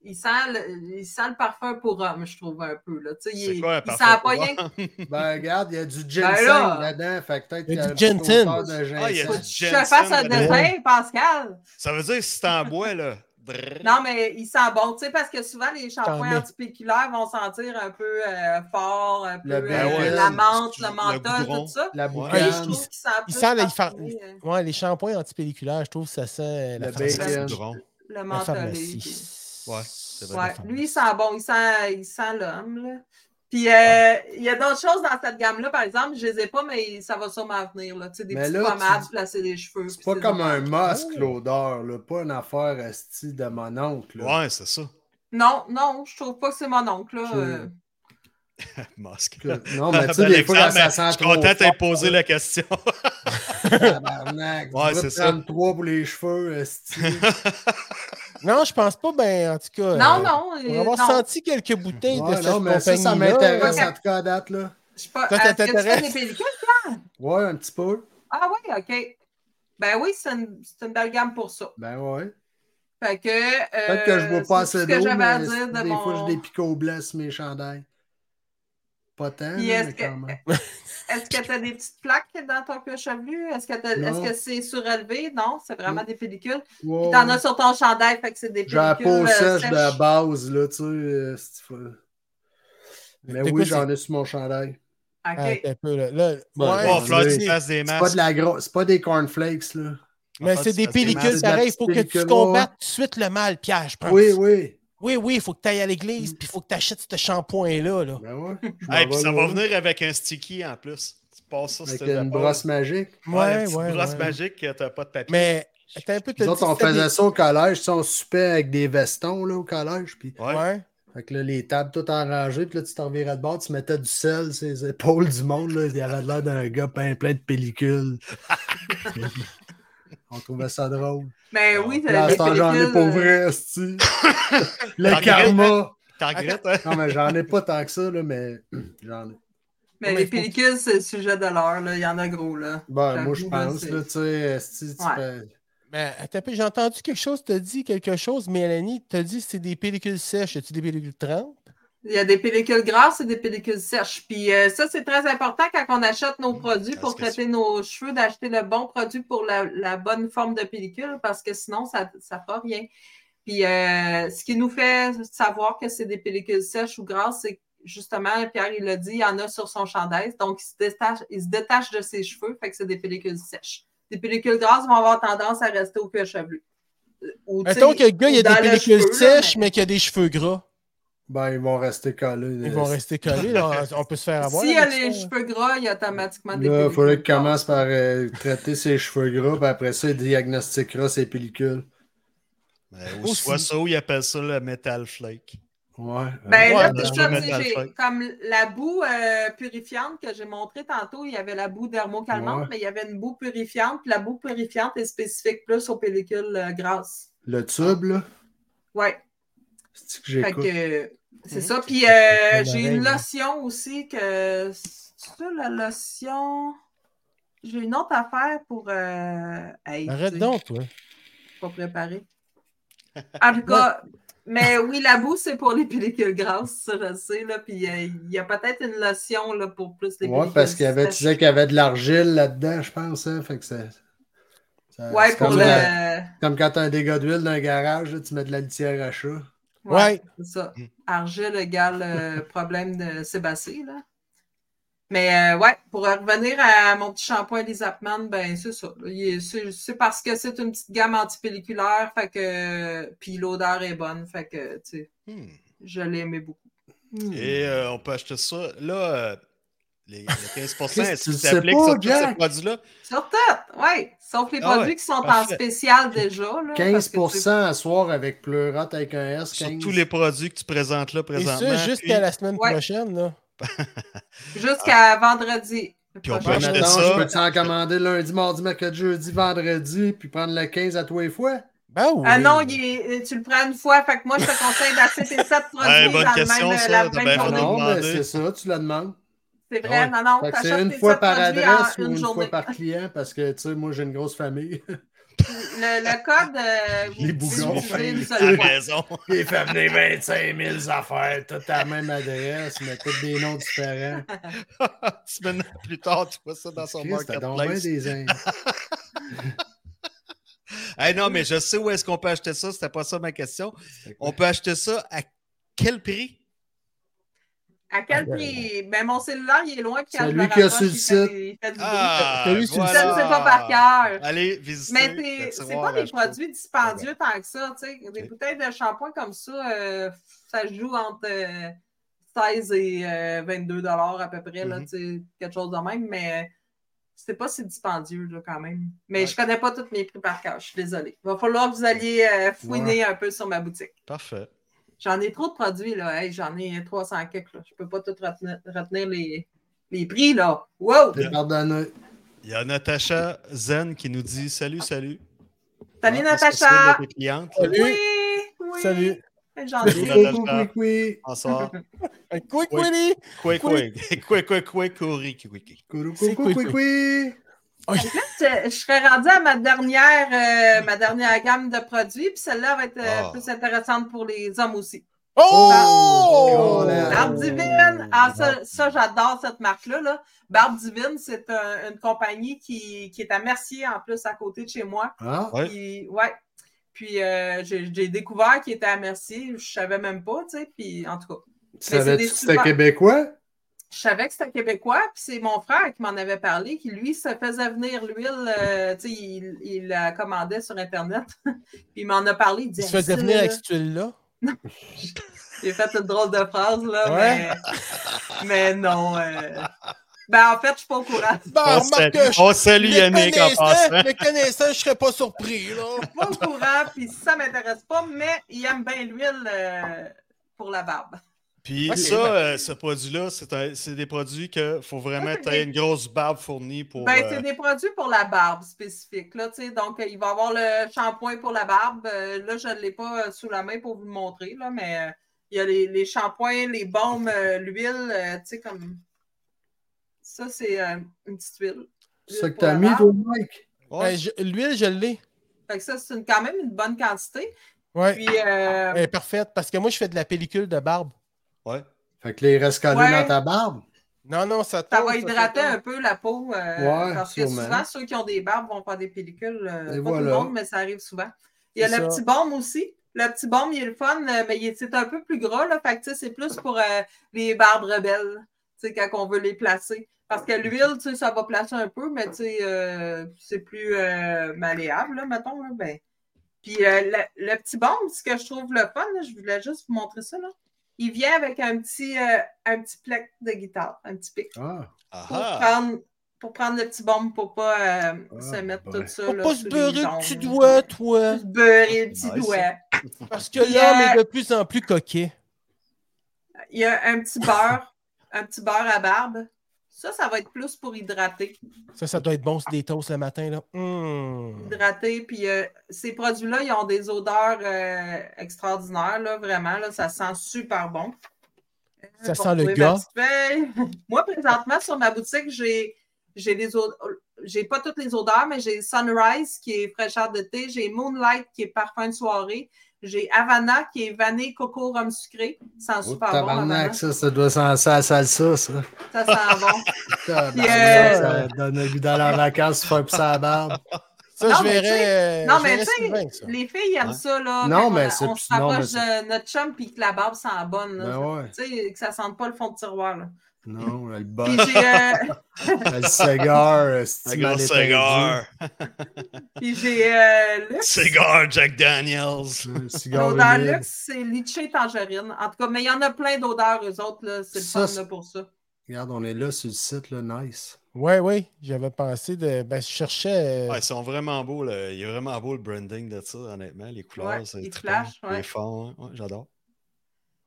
Il sent, le, il sent le parfum pour homme, je trouve, un peu. Là. Tu sais, C'est Il, quoi un il sent parfum pas pour rien homme? Ben, regarde, il y a du là. ginseng dedans. Fait que peut-être Il y a qu'il du une petite ginseng. odeur de Ah, il y a que du ginseng. tu ginseng fasses un dedans. dessin, Pascal. Ça veut dire si t'en bois, là. drrr. Non, mais il sent bon, tu sais, parce que souvent, les T'en shampoings mets. antipelliculaires vont sentir un peu euh, fort, un peu Le euh, Ben bacon, la menthe, le le menthol, goudron. tout ça. La Ouais. Puis, boucane. je trouve qu'il sent il plus sent la- il parfumé, euh, Ouais, les shampoings antipelliculaires, je trouve que ça sent euh, la, Le pharmacie. bacon. Du rond. le La mentholé. puis- pharmacie. Ouais, c'est vrai. Ouais, lui, il sent bon, il sent, il sent l'homme. là. Puis euh, il y a d'autres choses dans cette gamme-là, par exemple, je ne les ai pas, mais ça va sûrement venir. Là. Tu sais, des Mais petites là, tu- pommades, placer des cheveux. C'est puis pas ces comme affaires. un masque, l'odeur, là. Pas une affaire esti de mon oncle. là. Ouais, c'est ça. Non, non, je trouve pas que c'est mon oncle. Là. Je- euh. Masque. Que- Non, mais tu sais, des fois, quand ça Alexandre, sent je suis trop content de fort, t'avoir posé la question. tabarnak, tu Ouais, vas c'est te ça. prendre trois pour les cheveux, esti. Non, je pense pas, ben, en tout cas. Non, euh, non. Pour euh, avoir non. senti quelques bouteilles Ouais, de cette non, mais ça, ça compagnie-là, m'intéresse Ouais. en tout cas à date, là. Je suis pas. euh, Toi, Est-ce que tu fais t'intéresse? des pellicules? Ouais, un petit peu. Ah oui, OK. Ben oui, c'est une, c'est une belle gamme pour ça. Ben ouais. Fait que. euh, Peut-être que je bois pas c'est assez tout ce d'eau, que j'avais à mais dire de des mon- fois, j'ai des picots blancs sur mes chandails. Pas tant, Puis là, est-ce mais que- quand même. Est-ce que tu as des petites plaques dans ton cuir chevelu? Est-ce que t'as- Non. est-ce que c'est surélevé? Non, c'est vraiment des pellicules. Ouais, Puis t'en ouais. as sur ton chandail, fait que c'est des Oh. J'ai la pellicules. peau euh, sèche sèches. de la base, là, tu sais. euh, c'est- faut- Mais T'as oui, quoi, j'en ai sur mon chandail. OK. Ah, t'as un peu, là. Là, Bon, ouais, bon, Oh, mais- Fleur, c'est- tu fasses des C'est pas, de masques. la gros- c'est pas des cornflakes, là. mais Enfin, c'est tu des fasses des pellicules, masques. C'est de la pareil. Il petite faut que tu pellicule, combattes ouais. tout de suite le mal, Pierre, je pense. Oui, oui. oui, oui, il faut que tu ailles à l'église, puis il faut que tu achètes ce shampoing-là. Là. Ben ouais. je m'en Hey, puis vais, ça là. va venir avec un sticky en plus. Tu passes ça, Avec c'était une brosse magique. une petite brosse magique que t'as pas de papier. Mais, t'as un peu t'as Nous autres, dit on que c'était faisait des- ça au collège. tu sais, On soupait avec des vestons là, au collège. Puis, Ouais. Ouais. fait que là, les tables toutes arrangées. Puis là, tu t'en virais de bord. Tu mettais du sel sur les épaules du monde. Là. Il avait l'air d'un gars plein, plein de pellicules. on trouvait ça drôle. Mais Ben oui, t'as Là, des c'est en- j'en ai pellicules, pas euh, vrai, esti. T'en Le karma. T'en regrettes, hein? Non, mais j'en ai pas tant que ça, là, mais j'en ai. Mais Ouais, les faut- pellicules, c'est le sujet de l'heure, là. Il y en a gros, là. Ben, moi, je J'avoue, pense, c'est- là, tu sais, esti, tu Ouais. fais- Mais Ben, attends un peu, j'ai entendu quelque chose, t'as dit quelque chose, Mélanie, t'as dit que c'est des pellicules sèches, as-tu des pellicules trempes? Il y a des pellicules grasses et des pellicules sèches. Puis euh, ça, c'est très important quand on achète Hmm, nos produits pour Parce que traiter nos cheveux, d'acheter le bon produit pour la, la bonne forme de pellicule, parce que sinon, ça ne fera rien. Puis euh, ce qui nous fait savoir que c'est des pellicules sèches ou grasses, c'est que, justement, Pierre, il l'a dit, il y en a sur son chandail. Donc, il se détache, il se détache de ses cheveux, fait que c'est des pellicules sèches. Des pellicules grasses vont avoir tendance à rester au cuir chevelu. Euh, Ou, tu sais, Mettons que le gars, il y a ou dans des le pellicules cheveu, là, sèches, mais- mais qu'il y a des cheveux gras. Ben, ils vont rester collés. euh, Ils vont rester collés, là, on peut se faire avoir. Euh, S'il y a avec les ça. cheveux gras, il y a automatiquement des Là, il faudrait pellicules qu'il commence par euh, traiter ses cheveux gras, puis après ça, il diagnostiquera ses pellicules. Mais ou Aussi. soit ça, ou ils appellent ça le metal flake. Ouais. euh, Ben Ouais, là, ben, c'est je ça, vais tu sais, mettre j'ai- dans le feu. comme la boue euh, purifiante que j'ai montrée tantôt, il y avait la boue dermocalmante, Ouais. mais il y avait une boue purifiante. puis La boue purifiante est spécifique plus aux pellicules euh, grasses. Le tube, là, Ouais, c'est que fait j'écoute. que c'est Mhm. ça. Puis euh, C'est j'ai pareil, une là. lotion aussi que c'est ça la lotion. J'ai une autre affaire pour. euh, hey, Arrête tu- donc, toi. pas préparé. En tout cas, mais oui, la boue, c'est pour les pellicules grasses, ça, je sais. Là, puis euh, il y a peut-être une lotion là, pour plus les Ouais, parce qu'il y avait, tu sèches. disais qu'il y avait de l'argile là-dedans, je pense, hein, fait que ça... ça- Ouais, euh, c'est pour comme, le. la- Ouais, comme quand t'as un dégât d'huile dans un garage, là, tu mets de la litière à chat. Ouais. C'est ça. Mm. Argile égale euh, problème de sébacé, là. Mais euh, ouais, pour revenir à mon petit shampoing des Zapman, ben c'est ça. là. Il est- C'est c'est parce que c'est une petite gamme antipelliculaire, fait que. Puis l'odeur est bonne, fait que, tu sais, Hmm. je l'aimais beaucoup. Hmm. Et euh, on peut acheter ça. Là, euh, les, les 15 Qu'est-ce que est-ce tu qu'ils sais s'appliquent pas, sur tous ces Jack? produits-là? Sur tout, oui. Sauf les Ah ouais, produits qui sont en parfait. spécial déjà. Là, parce 15 que tu- à soir avec pleurote avec un S. Sur 15. tous les produits que tu présentes là Et présentement. ça, jusqu'à la semaine Ouais. prochaine, là. Jusqu'à vendredi. Puis on prochain. peut Ouais, acheter maintenant, ça. je peux t'en commander lundi, mardi, mercredi, jeudi, vendredi, puis prendre le 15 à tous les fois. Ben oui. Ah non, il est- tu le prends une fois. Fait que moi, je te conseille d'acheter tes sept produits Ouais, bonne dans le question, même, euh, ça, la t'as même bien Ah journée. raison. non, mais c'est demander. ça, tu la demandes. C'est vrai, Ouais. non, non. Fait que t'achètes c'est une tes fois sept par produits adresse en ou une une journée. fois par client parce que, tu sais, moi, j'ai une grosse famille. Le, le code, euh, vous Les pouvez bougons. l'utiliser une T'as seule fois. raison. Il fait venir 25 000 affaires, toutes à la même adresse, mais toutes des noms différents. Semaine plus tard, tu vois ça dans son Christ, t'as donc bien marketplace. des in- Hey, non, mais je sais où est-ce qu'on peut acheter ça. C'était pas ça ma question. On peut acheter ça à quel prix? À quel prix? Ben, mon cellulaire, il est loin. Puis quand C'est je lui me qui a rapproche, su le il site. fait des- il fait du bruit. Ah, Celui sur le Ça, je sais pas par cœur. Allez, visiter. Mais le c'est- c'est tiroir, pas des achetez. produits dispendieux tant que ça. tu sais. Des Ok. bouteilles de shampoing comme ça, euh, ça se joue entre euh, 16 et euh, 22 dollars à peu près, là, Mhm. tu sais, quelque chose de même, mais euh, c'est pas si dispendieux là, quand même. Mais je connais pas tous mes prix par cœur, je suis désolée. Il va falloir que vous alliez euh, fouiner un peu sur ma boutique. Parfait. J'en ai trop de produits, là. Hey, J'en ai 300 quelques, là. Je peux pas tout retenir, retenir les, les prix, là. Wow! T'es pardonné. Il y a Natacha Zen qui nous dit Salut, salut. Salut, Ah, parce que c'est une Natacha! de tes clientes. Salut. Oui! Oui! Salut. J'en Quick, ai. Natacha. quick, quick, quick. Bonsoir. Un Quick Oui. Willy! Quick, quick. Quick, quick, quick, courri, quick, quick. Courou, C'est courou, quick, quick, quick. Je, je serais rendue à ma dernière, euh, ma dernière gamme de produits, puis celle-là va être euh, Ah. plus intéressante pour les hommes aussi. Oh! Oh, là. Barbe Divine, ah, ça, ça, j'adore cette marque-là. Là. Barbe Divine, c'est un- une compagnie qui, qui est à Mercier en plus à côté de chez moi. Ah, Ouais. Puis, ouais. Puis euh, j'ai j'ai découvert qu'il était à Mercier, je savais même pas, tu sais. Puis en tout cas, tu Mais c'est savais-tu des que c'était super- québécois? je savais que c'était québécois, puis c'est mon frère qui m'en avait parlé, qui lui se faisait venir l'huile, euh, tu sais, il, il la commandait sur Internet, puis il m'en a parlé, il Il disait. se faisait Ça, venir là, avec cette huile-là. J'ai fait une drôle de phrase, là, Ouais. mais, mais non. euh, Ben, en fait, je suis pas au courant. Ben, On remarque salue- que je- on salue le Yannick en connaissant- passant. Le connaissant, je serais pas surpris, là. Je suis pas au courant, puis ça m'intéresse pas, mais il aime bien l'huile euh, pour la barbe. Puis Ok, ça, ben. euh, ce produit-là, c'est un- c'est des produits que faut vraiment Ah, Ok. que t'aies une grosse barbe fournie pour. Ben, euh, c'est des produits pour la barbe spécifique. Là, tu sais. donc, euh, il va avoir le shampoing pour la barbe. Euh, là, je ne l'ai pas euh, sous la main pour vous le montrer, là, mais euh, il y a les, les shampoings, les baumes, euh, l'huile, euh, tu sais, comme. Ça, c'est euh, une petite huile. C'est ça que Pour t'as la mis, barbe. toi, Mike? ouais. Ben, je- L'huile, je l'ai. Fait que ça, c'est une- quand même une bonne quantité. Ouais. Puis, euh, Elle est parfaite, parce que moi, je fais de la pellicule de barbe. ouais. Fait que les restes collés Ouais. dans ta barbe? Non, non, ça ça tombe, va hydrater tombe. un peu la peau. euh, Ouais, parce que sûrement. souvent, ceux qui ont des barbes vont faire des pellicules. euh, Et pas tout voilà. le monde, mais ça arrive souvent. Il y a C'est le ça. petit baume aussi. Le petit baume, il est le fun, euh, mais il est, c'est un peu plus gras. Là, fait que, tu sais, c'est plus pour euh, les barbes rebelles, tu sais, quand on veut les placer. Parce que l'huile, tu sais, ça va placer un peu, mais tu sais, euh, c'est plus euh, malléable, là, mettons. là, ben. Puis euh, le, le petit baume, ce que je trouve le fun, là, je voulais juste vous montrer ça. Là. Il vient avec un petit, euh, un petit plec de guitare, un petit pic Ah, Ah, pour, ah. prendre, pour prendre le petit bombe pour pas euh, Ah, se mettre ben. tout ça. Faut là, pas sous se les beurrer ongles. le petit doigt, toi. Faut se beurrer le petit Nice. doigt. Parce que l'homme euh, est de plus en plus coquet. Il y a un petit beurre, un petit beurre à barbe. Ça, ça va être plus pour hydrater. Ça, ça doit être bon, c'est des toasts le matin, là. Mm. Hydrater, puis euh, ces produits-là, ils ont des odeurs euh, extraordinaires, là, vraiment. Là, ça sent super bon. Euh, Ça pour sent le trouver gars. ma petite feuille. Moi, présentement, sur ma boutique, j'ai j'ai des odeurs. J'ai pas toutes les odeurs, mais j'ai Sunrise qui est fraîcheur de thé, j'ai Moonlight qui est parfum de soirée, j'ai Havana qui est vanille, coco, rhum sucré. Ça sent oh, super hein. bon. Havana. tabarnak, ça, ça doit sentir la salsa, ça. Ça sent bon. Tabarnak, Yeah. Ça donne le goût d'aller en vacances, tu fais pousser la barbe. Ça, Non, je mais tu sais- verrais. euh, non, je mais tu verrais sais, Sylvain, ça. Les filles aiment Ouais. ça, là. Non, quand mais on- c'est- On se non, mais rapproche de notre chum puis que la barbe sent bonne, là. Ben ouais. Tu sais, que ça sente pas le fond de tiroir, là. Non, le Puis bol, j'ai, euh, le euh, cigare, Un c'est gros cigare. puis j'ai euh, Luxe. Cigare Jack Daniels. Un cigare L'odeur humide. Luxe, c'est litché tangerine. En tout cas, mais il y en a plein d'odeurs, eux autres, là. C'est le Ça, fun, là, pour ça. Regarde, on est là sur le site, là, nice. Ouais, ouais, j'avais pensé de. Ben, je cherchais. euh, Ouais, ils sont vraiment beaux. là. Il est vraiment beau le branding de ça, honnêtement. Les couleurs, Ouais, c'est les trippant. flashs, ouais. les fonds. ouais, j'adore.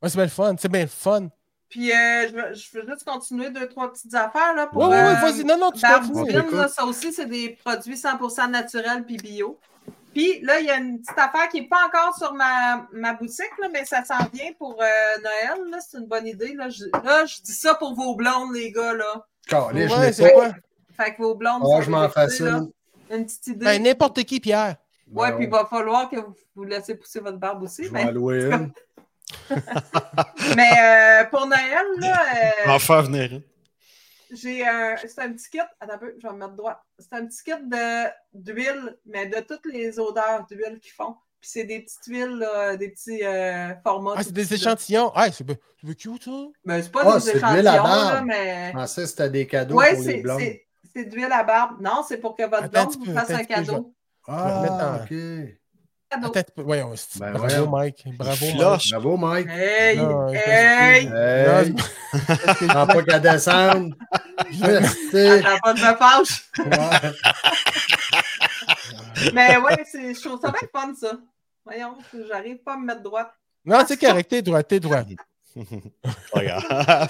ouais, c'est bien le fun. C'est bien le fun. Puis euh, je, veux- je veux juste continuer deux, trois petites affaires. Là, pour, Oui, oui, euh, vas-y. Non, non, tu Barbouine, continues. On t'écoute. là, ça aussi, c'est des produits 100% naturels puis bio. Puis là, il y a une petite affaire qui n'est pas encore sur ma, ma boutique, là, mais ça s'en vient pour euh, Noël. là. C'est une bonne idée. Là je, là, je dis ça pour vos blondes, les gars. Là. Calais, je Ouais, l'ai c'est pas. quoi? Fait que vos blondes. Ah, ça je va m'en vous donner, facile. là, Une petite idée. Ben, n'importe qui, Pierre. ouais, Ben, puis il va falloir que vous, vous laissez pousser votre barbe aussi. Je vais Mais, en louer une. mais, euh, pour Noël, là, euh, En faire venir. une. J'ai un. C'est un petit kit. Attends un peu, je vais me mettre droit. C'est un petit kit de d'huile, mais de toutes les odeurs d'huile qu'ils font. Puis c'est des petites huiles, là, des petits euh, formats. Ah, tout c'est des petits, là. échantillons. Ah, c'est c'est cute, ça. Mais c'est pas Ah, des c'est de l'huile à échantillons, là, barbe. mais. Je pensais que c'était des cadeaux Ouais, pour les c'est- blondes. c'est c'est d'huile à barbe. Non, c'est pour que votre Attends un blonde petit vous peu, fasse attends un un petit peu, je cadeau. Ah, Ah. ok. Cadeau. Attends, tu peux- voyons, c'est- Ben, bravo, voyons. Mike. Bravo, Mike. Flush. Bravo, Mike. Hey! Ah. Non, je hey! Hey, Non, prends pas qu'à descendre. Merci. Attends pas de me fâche. Ouais. Mais ouais, c'est- je trouve ça bien fun, ça. Voyons, j'arrive pas à me mettre droite. Non, c'est correct, t'es droit, t'es droit. Pas grave. De Euh,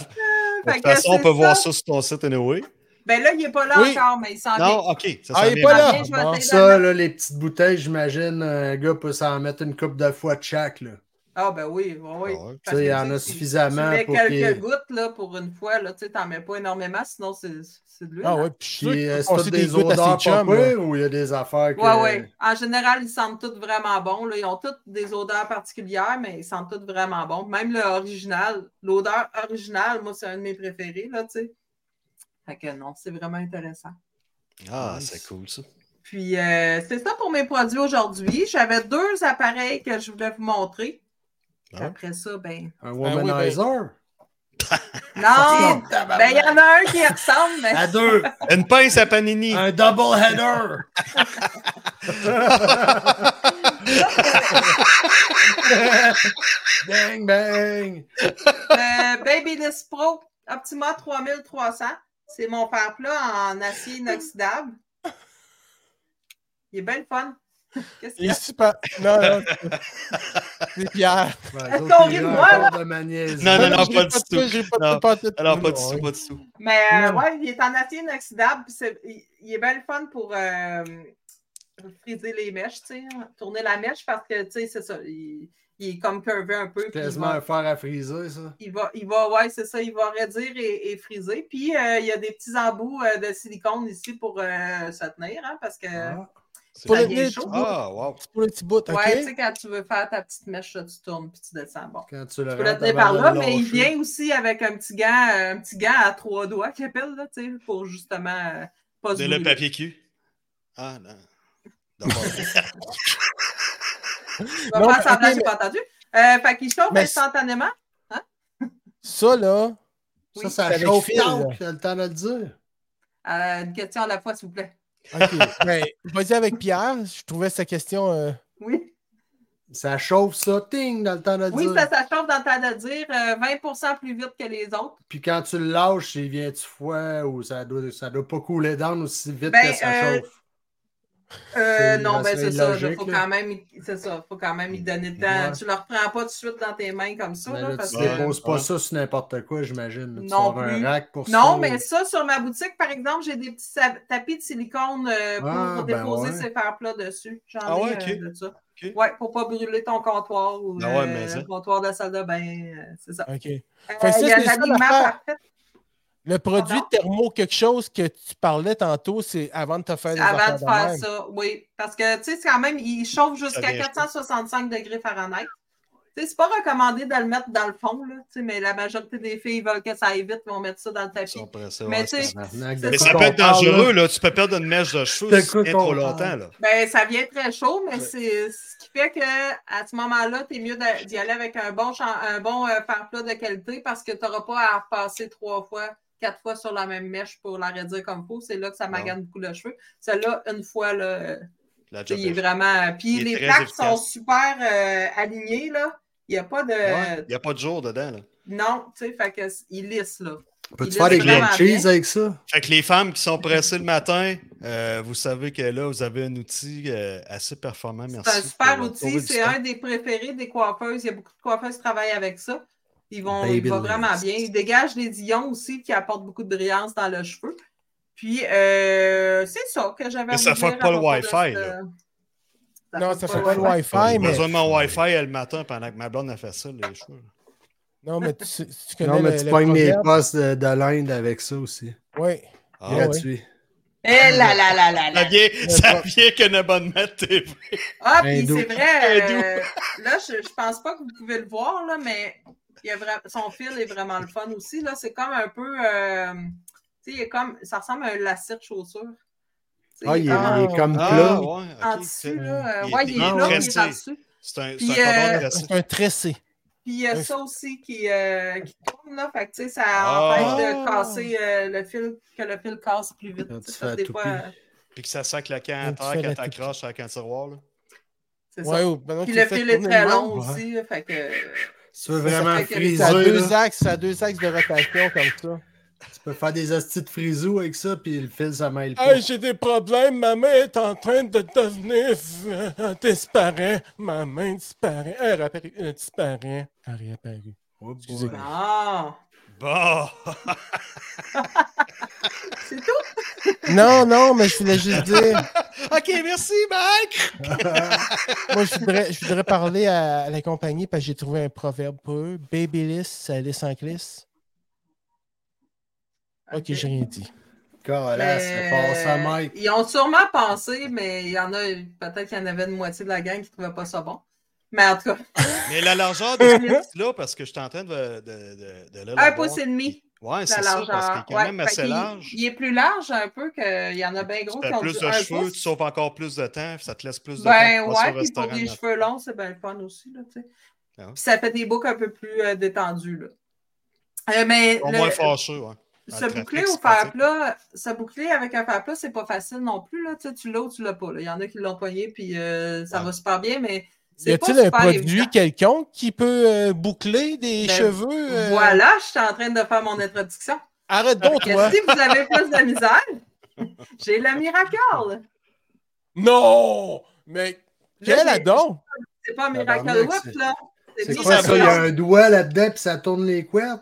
Fait toute que façon, on c'est peut voir ça sur ton site, anyway. Ben là, il est pas là Oui. encore, mais il s'en vient. Non, ok. Ça, Ah, s'en il est vient. pas là. Allez, je vais Bon, essayer de le Ça, mettre. là, les petites bouteilles, j'imagine, un gars peut s'en mettre une coupe de fois de chaque. Là. Ah, ben oui, oui, oui. Ouais. Tu sais, il y en a Tu suffisamment mets pour quelques qu'il. gouttes là, pour une fois, là, tu sais, t'en mets pas énormément, sinon c'est c'est de l'huile. Ah hein. ouais, puis je suis sûr Puis, qu'il euh, peut c'est toutes passer des gouttes à ses odeurs pas chums, là. peu ou il y a des affaires que. Ouais, ouais. En général, ils sentent tous vraiment bons. Là. Ils ont toutes des odeurs particulières, mais ils sentent tous vraiment bons. Même le original, l'odeur originale, moi, c'est un de mes préférés, là, tu sais. Fait que non, c'est vraiment intéressant. Ah, c'est cool, ça. Puis, euh, c'est ça pour mes produits aujourd'hui. J'avais deux appareils que je voulais vous montrer. Ah ouais? Après ça, ben. Un oui, ben- womanizer. Ah, Non! Ben, il y en a un qui ressemble, mais. Ah, À deux. Une pince à panini. Un double header. bang, bang. Ben, Le Babyliss euh, Pro Optima 3300. C'est mon père plat en acier inoxydable. Il est bien le fun. Qu'est-ce qu'il Il y est a? super. Non, non. C'est Pierre. Ouais, Est-ce qu'on les rit de gens moi, là? encore de ma niaiserie. Non, non, non, j'ai pas du de- tout. j'ai pas de- Non. pas de- Alors, pas du Ouais. tout, pas du tout. Mais euh, Non. ouais, il est en acier inoxydable. puis c'est- il, il est bien le fun pour euh, friser les mèches, tu sais, hein, tourner la mèche parce que, tu sais, c'est ça. Il, il est comme curvé un peu. puis il Quasiment va- un fer à friser, ça. Il va, il va, ouais, c'est ça, il va redire et, et friser. Puis, euh, il y a des petits embouts euh, de silicone ici pour euh, se tenir, hein, parce que, Ah. Pour Ça le y est tenir, chaud. tu vois, Ah, wow. pour le petit bout, ouais, tu ok? sais, quand tu veux faire ta petite mèche, là, tu tournes puis tu descends. Bon, Quand tu le tu peux le rentres tenir avant par de là, le mais il lâcher. vient aussi avec un petit gant, euh, un petit gant à trois doigts qu'il appelle, là, tu sais, pour justement euh, pas se De le brûler. papier cul. Ah, non. D'accord. Tu vas Non, faire mais- semblant, ok, j'ai pas entendu. Euh, fait qu'il chauffe Mais- instantanément. Ça, là. Ça, Oui. ça Avec chauffe fil, tant là. que t'as le temps de le dire. Euh, une question à la fois, s'il vous plaît. OK. Ben, vas-y avec Pierre. Je trouvais sa question. euh, Oui, Ça chauffe ça, ting, dans le temps de le oui dire. ça, ça chauffe dans le temps de dire euh, 20 plus vite que les autres. Puis quand tu le lâches, il vient-tu froid ou ça doit, ça doit pas couler down aussi vite Ben, que ça euh, chauffe? Euh, C'est- non, ça ben c'est serait ça. là, illogique, faut là. quand même, y- c'est ça. Faut quand même y donner le temps. Ouais. Tu le reprends pas tout de suite dans tes mains comme ça. Mais là, Ben, là, parce tu que- déposes déposes pas Ouais. ça sur n'importe quoi, j'imagine. là. Tu Non vas avoir plus. un rack pour ça. Non, mais ça, sur ma boutique, par exemple, j'ai des petits sa- tapis de silicone euh, pour Ah, ben déposer ouais. ces fers-plats dessus. J'en Ah ai ouais, euh, ok. de ça. Ok. Ouais, pour pas brûler ton comptoir ou Ah ouais, euh, mais ça. le comptoir de la salle de bain. euh, c'est ça. OK. Euh, ça, il y a c'est ça, l'alignement l'affaire. parfait Le produit Pardon? thermo, quelque chose que tu parlais tantôt, c'est avant de te faire des avant de affaires faire même. ça. Oui, parce que, tu sais, c'est quand même, il chauffe jusqu'à vient chaud. 465 degrés Fahrenheit. Tu sais, c'est pas recommandé de le mettre dans le fond, là, tu sais, mais la majorité des filles veulent que ça aille vite, ils vont mettre ça dans le tapis. Sans presser, Mais ouais, tu sais, c'est- Tabarnak, c'est de Mais quoi ça qu'on peut être parle, là? dangereux, là. Tu peux perdre une mèche de cheveux De si quoi tu tiens qu'on trop parle? longtemps, là. Ben, ça vient très chaud, mais Ouais. c'est ce qui fait que à ce moment-là, t'es mieux d'a- d'y aller avec un bon, champ- un bon euh, fer-plat de qualité parce que t'auras pas à repasser trois fois, quatre fois sur la même mèche pour la réduire comme faut. C'est là que ça magane beaucoup le cheveu. Celle-là, une fois, là, euh, La job il est est faite. vraiment. euh, Puis Il est les très plaques efficace. sont super euh, alignées, là. Il n'y a pas de. Ouais, Il n'y a pas de jour dedans, là. Non, tu sais, fait que c- il lisse, là. Ah, Peux-tu Il faire des laisse vraiment grilled cheese bien. avec ça? Fait que les femmes qui sont pressées le matin, euh, vous savez que là, vous avez un outil euh, assez performant. Merci. C'est un super pour, euh, sauver outil. du C'est temps. un des préférés des coiffeuses. Il y a beaucoup de coiffeuses qui travaillent avec ça. Ils vont, Ben, Baby il va Lips. vraiment bien. Il dégage les ions aussi qui apportent beaucoup de brillance dans le cheveu. Puis, euh, c'est ça que j'avais Mais à ça vous dire fuck pas à le propos de Wi-Fi, ce- là. Non, ça fait le pas le Wi-Fi. Wi-Fi, J'ai mais. besoin de mon Wi-Fi elle le matin pendant que ma blonde a fait ça, les cheveux. Non, mais tu, sais- tu connais. Non, mais le- tu le pognes les proverbe. postes de, de l'Inde avec ça aussi. Oui. Ah, ouais. Gratuit. Eh là là là là là. Ça vient, ça vient qu'un abonnement de TV. Ah, Ben puis doux. c'est vrai, Ben euh, là, je, je pense pas que vous pouvez le voir, là, mais il y a vra- son fil est vraiment le fun aussi. Là, c'est comme un peu. euh, tu sais, il est comme. Ça ressemble à un lacet de chaussure. Tu sais, Ah, il est, comme il est comme Ah, plat. ouais, ok. en dessus, là. Euh, il est- ouais, il est il est là, il est tressé. en dessus. C'est un, Puis, c'est un cordon euh, de C'est lacet. un tressé. Puis il y a ça aussi qui, euh, qui tourne, là. Fait que, tu sais, ça Ah. empêche de casser euh, le fil, que le fil casse plus Ah, vite. Quand tu tu sais, fais parce que la des fois, toupie. euh, Puis que ça sent que la canne à Donc, tu fais terre quand la t'accroches avec un tiroir. Là. c'est Ouais, ça. ou- ben non, Puis tu le fais fil est tourner très le long monde, ouais. aussi. là, Fait que. euh, Tu veux Ça vraiment fait que- friser. Ça a deux là. axes, ça a deux axes de rotation comme Tu peux faire des hosties de frisou avec ça, puis le fil, ça mêle ça. pas. Hey, j'ai des problèmes, ma main est en train de devenir. euh, disparaît. Ma main disparaît. Elle, réapparaît- elle disparaît. Elle réapparut. Oh Excusez. Non! Bon! C'est tout! Non, non, mais je voulais juste dire. ok, merci, Mike! Moi, je voudrais, je voudrais parler à la compagnie parce que j'ai trouvé un proverbe pour eux. Babyliss, ça laisse en glisse. Ok, j'ai rien dit. Colasse, Mais- euh, ça passe à Mike. Ils ont sûrement pensé, mais il y en a, peut-être qu'il y en avait une moitié de la gang qui ne trouvait pas ça bon. Mais en tout cas, Mais la largeur de ce petit-là, parce que je suis en train de, de, de, de un l'élaborer. pouce et demi, Ouais, la c'est ça, parce qu'il largeur. est quand Ouais, même fait assez qu'il- large. Il est plus large un peu qu'il y en a bien gros Tu qui as ont plus du- de un cheveux, tu pouce. sauves encore plus de temps, puis ça te laisse plus de Ben temps pour passer ouais, au puis pour restaurant. des cheveux longs, c'est bien le fun aussi. Là, tu sais. Ah ouais. Puis ça fait des boucles un peu plus euh, détendues. Là. Euh, mais Au le- moins fâcheux, ouais. Ah, se trafic, boucler au c'est fer pratique. plat, se boucler avec un fer plat, c'est pas facile non plus. Là. Tu sais, tu l'as ou tu l'as pas. là. Il y en a qui l'ont poigné, puis euh, ça Ah. Ouais. va super bien, mais Y c'est pas a-t-il un super produit évident. quelconque qui peut euh, boucler des Ben, cheveux? euh, Voilà, je suis en train de faire mon introduction. Arrête donc, Que toi! si vous avez plus de misère, j'ai le miracle. Non! Mais Là, quel j'ai- adon! C'est pas un miracle Tabarnak, whip, Ah, ben, c'est- là. C'est bien quoi sûr. ça? Il y a un doigt là-dedans, puis ça tourne les couettes.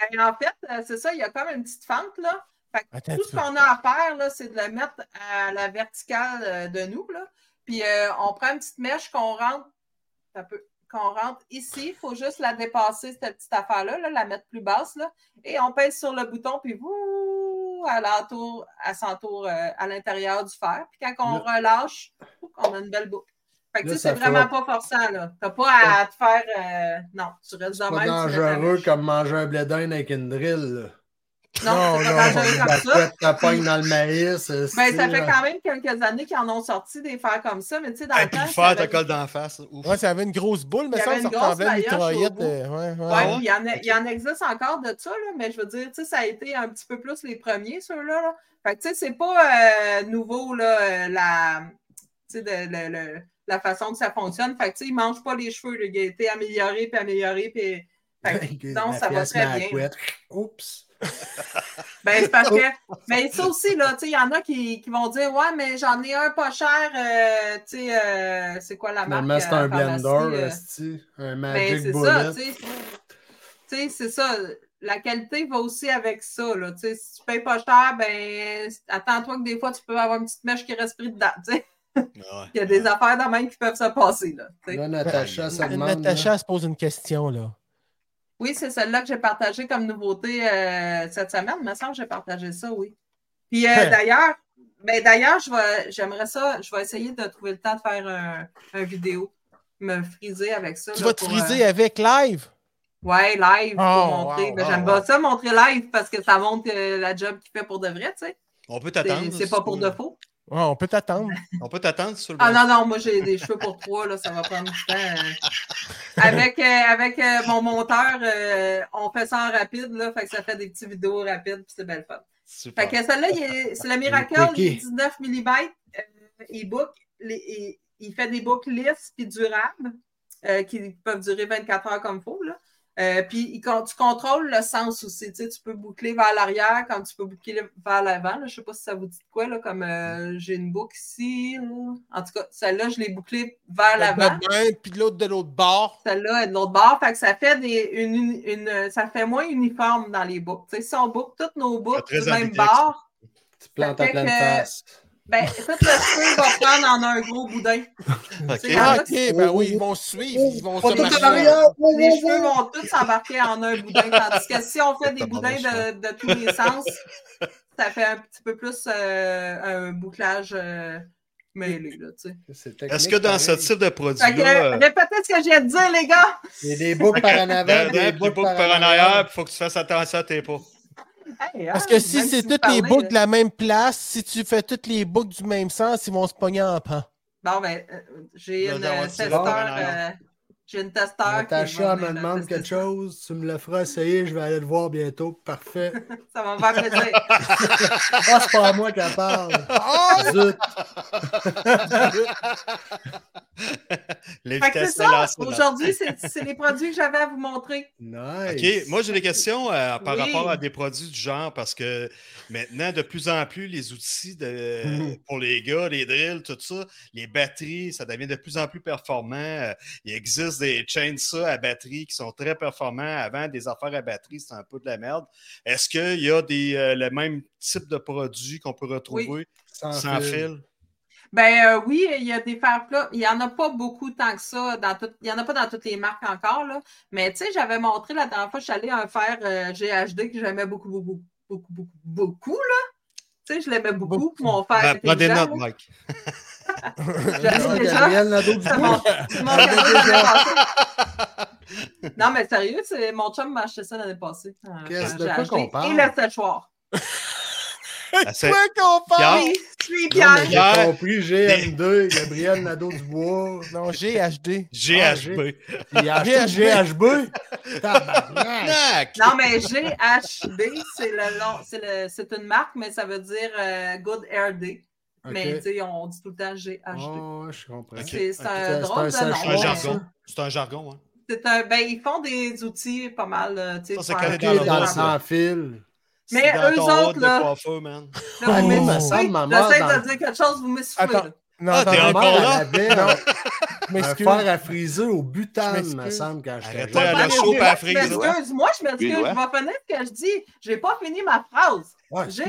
Ben, en fait, euh, c'est ça, il y a comme une petite fente, là. Fait que Attends, tout tu ce qu'on a à faire, là, c'est de le mettre à la verticale euh, de nous, là. Puis euh, on prend une petite mèche qu'on rentre, ça peut- qu'on rentre ici. Il faut juste la dépasser, cette petite affaire-là, là, la mettre plus basse, là. Et on pèse sur le bouton, puis vous, à l'entour, à s'entoure euh, à l'intérieur du fer. Puis quand on relâche, ouf, on a une belle boucle. Fait que Là, tu sais, c'est ça fera- vraiment pas forçant, là. T'as pas à te faire... euh, Non, tu restes de C'est même. pas tu restes à la dangereux mèche. comme manger un blé d'Inde avec une drill. là. Non, c'est Non, pas non, dangereux La comme ça. couette, la pogne dans le maïs. euh, Ben, ça c'est- fait quand même quelques années qu'ils en ont sorti des fers comme ça, mais tu sais, dans Et le puis temps. le ça fer te avait- colle d'en face. Ouf. Ouais, ça avait une grosse boule, mais Il y ça, avait ça une grosse ressemblait à une maillotche au mitraillette. bout. euh, ouais, ouais. Ouais, puis il y, en a- il y en existe encore de ça, là, mais je veux dire, tu sais, ça a été un petit peu plus les premiers, ceux-là. là. Fait que, tu sais, c'est pas euh, nouveau, là, euh, la, tu sais, de- le- le- la façon que ça fonctionne. Fait que, tu sais, ils mangent pas les cheveux, là. il a été amélioré, puis amélioré, puis. Fait que, Avec non, hein. la ça va pièce met très la bien. couette. Oups. Ben, c'est parce que. Mais ça aussi, là, tu sais, il y en a qui, qui vont dire Ouais, mais j'en ai un pas cher, euh, tu sais, euh, c'est quoi la marque Finalement, c'est euh, un la pharmacie, blender, euh, esti, un Ben, Magic c'est ça, Bullet. tu sais. Tu sais, c'est ça. La qualité va aussi avec ça, là. Tu sais, si tu payes pas cher, ben, attends-toi que des fois, tu peux avoir une petite mèche qui reste prise dedans, tu sais. Ouais. Il y a des affaires dans même qui peuvent se passer, là. tu sais. Là, Natacha, ça demande. là. Natacha se pose une question, là. Oui, c'est celle-là que j'ai partagée comme nouveauté euh, cette semaine. Il me semble que j'ai partagé ça, oui. Puis euh, Hein. d'ailleurs, ben, d'ailleurs, je vais- j'aimerais ça, je vais essayer de trouver le temps de faire un, un vidéo, me friser avec ça. Tu là, vas te pour, friser avec live? euh, ouais, live Oh, pour montrer. wow, Ben, wow, J'aime wow. pas ça montrer live parce que ça montre euh, la job qu'il fait pour de vrai, tu sais. On peut C'est- t'attendre. C'est pas pour de sur- faux. Ouais, on peut t'attendre. On peut t'attendre sur le Ah non, non, moi j'ai des cheveux pour trois, là, ça va prendre du temps. euh. Avec, euh, avec euh, mon monteur, euh, on fait ça en rapide, là, fait que ça fait des petites vidéos rapides, puis c'est belle fun. Super. Fait que celle-là, il est- c'est le miracle, quickie. il est 19 mm. euh, il, boucle, les- il, il fait des boucles lisses puis durables euh, qui peuvent durer 24 heures comme il faut. là. Euh, puis il con- tu contrôles le sens aussi. Tu, sais, tu peux boucler vers l'arrière comme tu peux boucler vers l'avant. là. Je ne sais pas si ça vous dit de quoi, là, comme euh, j'ai une boucle ici. là. En tout cas, celle-là, je l'ai bouclée vers l'avant. d'un, puis de l'autre de l'autre bord. Celle-là est de l'autre bord. Fait que ça fait des, une, une- une- ça fait moins uniforme dans les boucles. Tu sais, si on boucle toutes nos boucles Très du même ambidextre. bord, Tu plantes Ça à fait pleine que- face. ben, tout le feu va prendre en un gros boudin. Ok. C'est Ah, là, ok, ben oui, ils vont suivre. Ils vont Pas se tout en marier. arrière! les cheveux vont tous s'embarquer en un boudin, tandis que si on fait des boudins de, de tous les sens, ça fait un petit peu plus euh, un bouclage euh, mêlé. Là, tu sais. C'est Est-ce technique, que dans pareil. ce type de fait que, produit-là, euh, répétez ce que j'ai à dire, les gars! Il y a des boucles par en avant, dans des boucles par en arrière, il faut que tu fasses attention à tes pas. Hey, Parce hein, que si même c'est vous toutes parlez, les boucles là- de la même place, si tu fais toutes les boucles du même sens, ils vont se pogner en pan. Bon, ben, euh, j'ai Là, une on euh, va tirer testeur. par en euh, J'ai une testeur. qui va Natacha venir me le demande tester. quelque chose, tu me le feras essayer, je vais aller le voir bientôt. Parfait. Ça va me faire plaisir. Ah, c'est pas à moi qu'elle parle. Ah! Zut. Fait que c'est L'évitation est ça. lancée dans- Aujourd'hui, c'est c'est les produits que j'avais à vous montrer. Nice. OK, moi j'ai des questions euh, par Oui. rapport à des produits du genre parce que maintenant, de plus en plus, les outils de- pour les gars, les drills, tout ça, les batteries, ça devient de plus en plus performant. Euh, Il existe des chainsaws à batterie qui sont très performants. Avant, des affaires à batterie, c'est un peu de la merde. Est-ce qu'il y a des, euh, le même type de produit qu'on peut retrouver Ah, sans fil? Ben euh, oui, il y a des fers plats. Il n'y en a pas beaucoup tant que ça. Dans tout... Il n'y en a pas dans toutes les marques encore. Là. Mais tu sais, j'avais montré la dernière fois, je suis allée à un fer euh, GHD que j'aimais beaucoup, beaucoup, beaucoup, beaucoup, beaucoup. Là. Tu sais, je l'aimais beaucoup, mon fer. Ben, prends des intelligent, notes, là. Mike. J'avais Ah, déjà- Gabriel Nadeau du C'est mon- c'est mon cadeau de l'année passée. Non, mais sérieux, c'est- mon chum m'a acheté ça l'année passée. un Qu'est-ce fer de quoi GHD qu'on parle? Et le séchoir. Ah, c'est- Quoi qu'on Pierre, parle! Oui, je suis Non, mais Pierre. J'ai compris, GM2, Gabriel Nadeau-Dubois. Non, GHD. GHB. Il a acheté GHB. Tabarnak. Tabarnak! Non, mais GHD, c'est le long, c'est le- c'est une marque, mais ça veut dire euh, Good Air Day. Mais Ok. tu sais, on dit tout le temps GHD. Oh, je comprends. Ok. C'est c'est C'est un un drôle de séchoir. C'est un nom. mais jargon. C'est un jargon, hein? C'est un, ben, ils font des outils pas mal. euh, tu sais, Ça, c'est pour quand un- Ok, dans le dans le monde, là. sans fil. Mais C'est dans eux ton autres, rôle de là- coiffeur, man. Là, vous Oh, m'essoufflez. me semble, ma mère, J'essaie dans- de dire quelque chose, vous m'essoufflez. Attends. là. Non, Ah, t'es Ma attends, encore mère, là? elle avait un- un m'excuse. fer à friser au butane, Je me m'excuse. semble, quand j'étais Arrêtez, jeune. elle a chaud Moi, pas à je frise. m'excuse. Moi, je m'excuse. Une Je loi. vais finir ce que je dis. J'ai pas fini ma phrase. Ouais, excuse-le.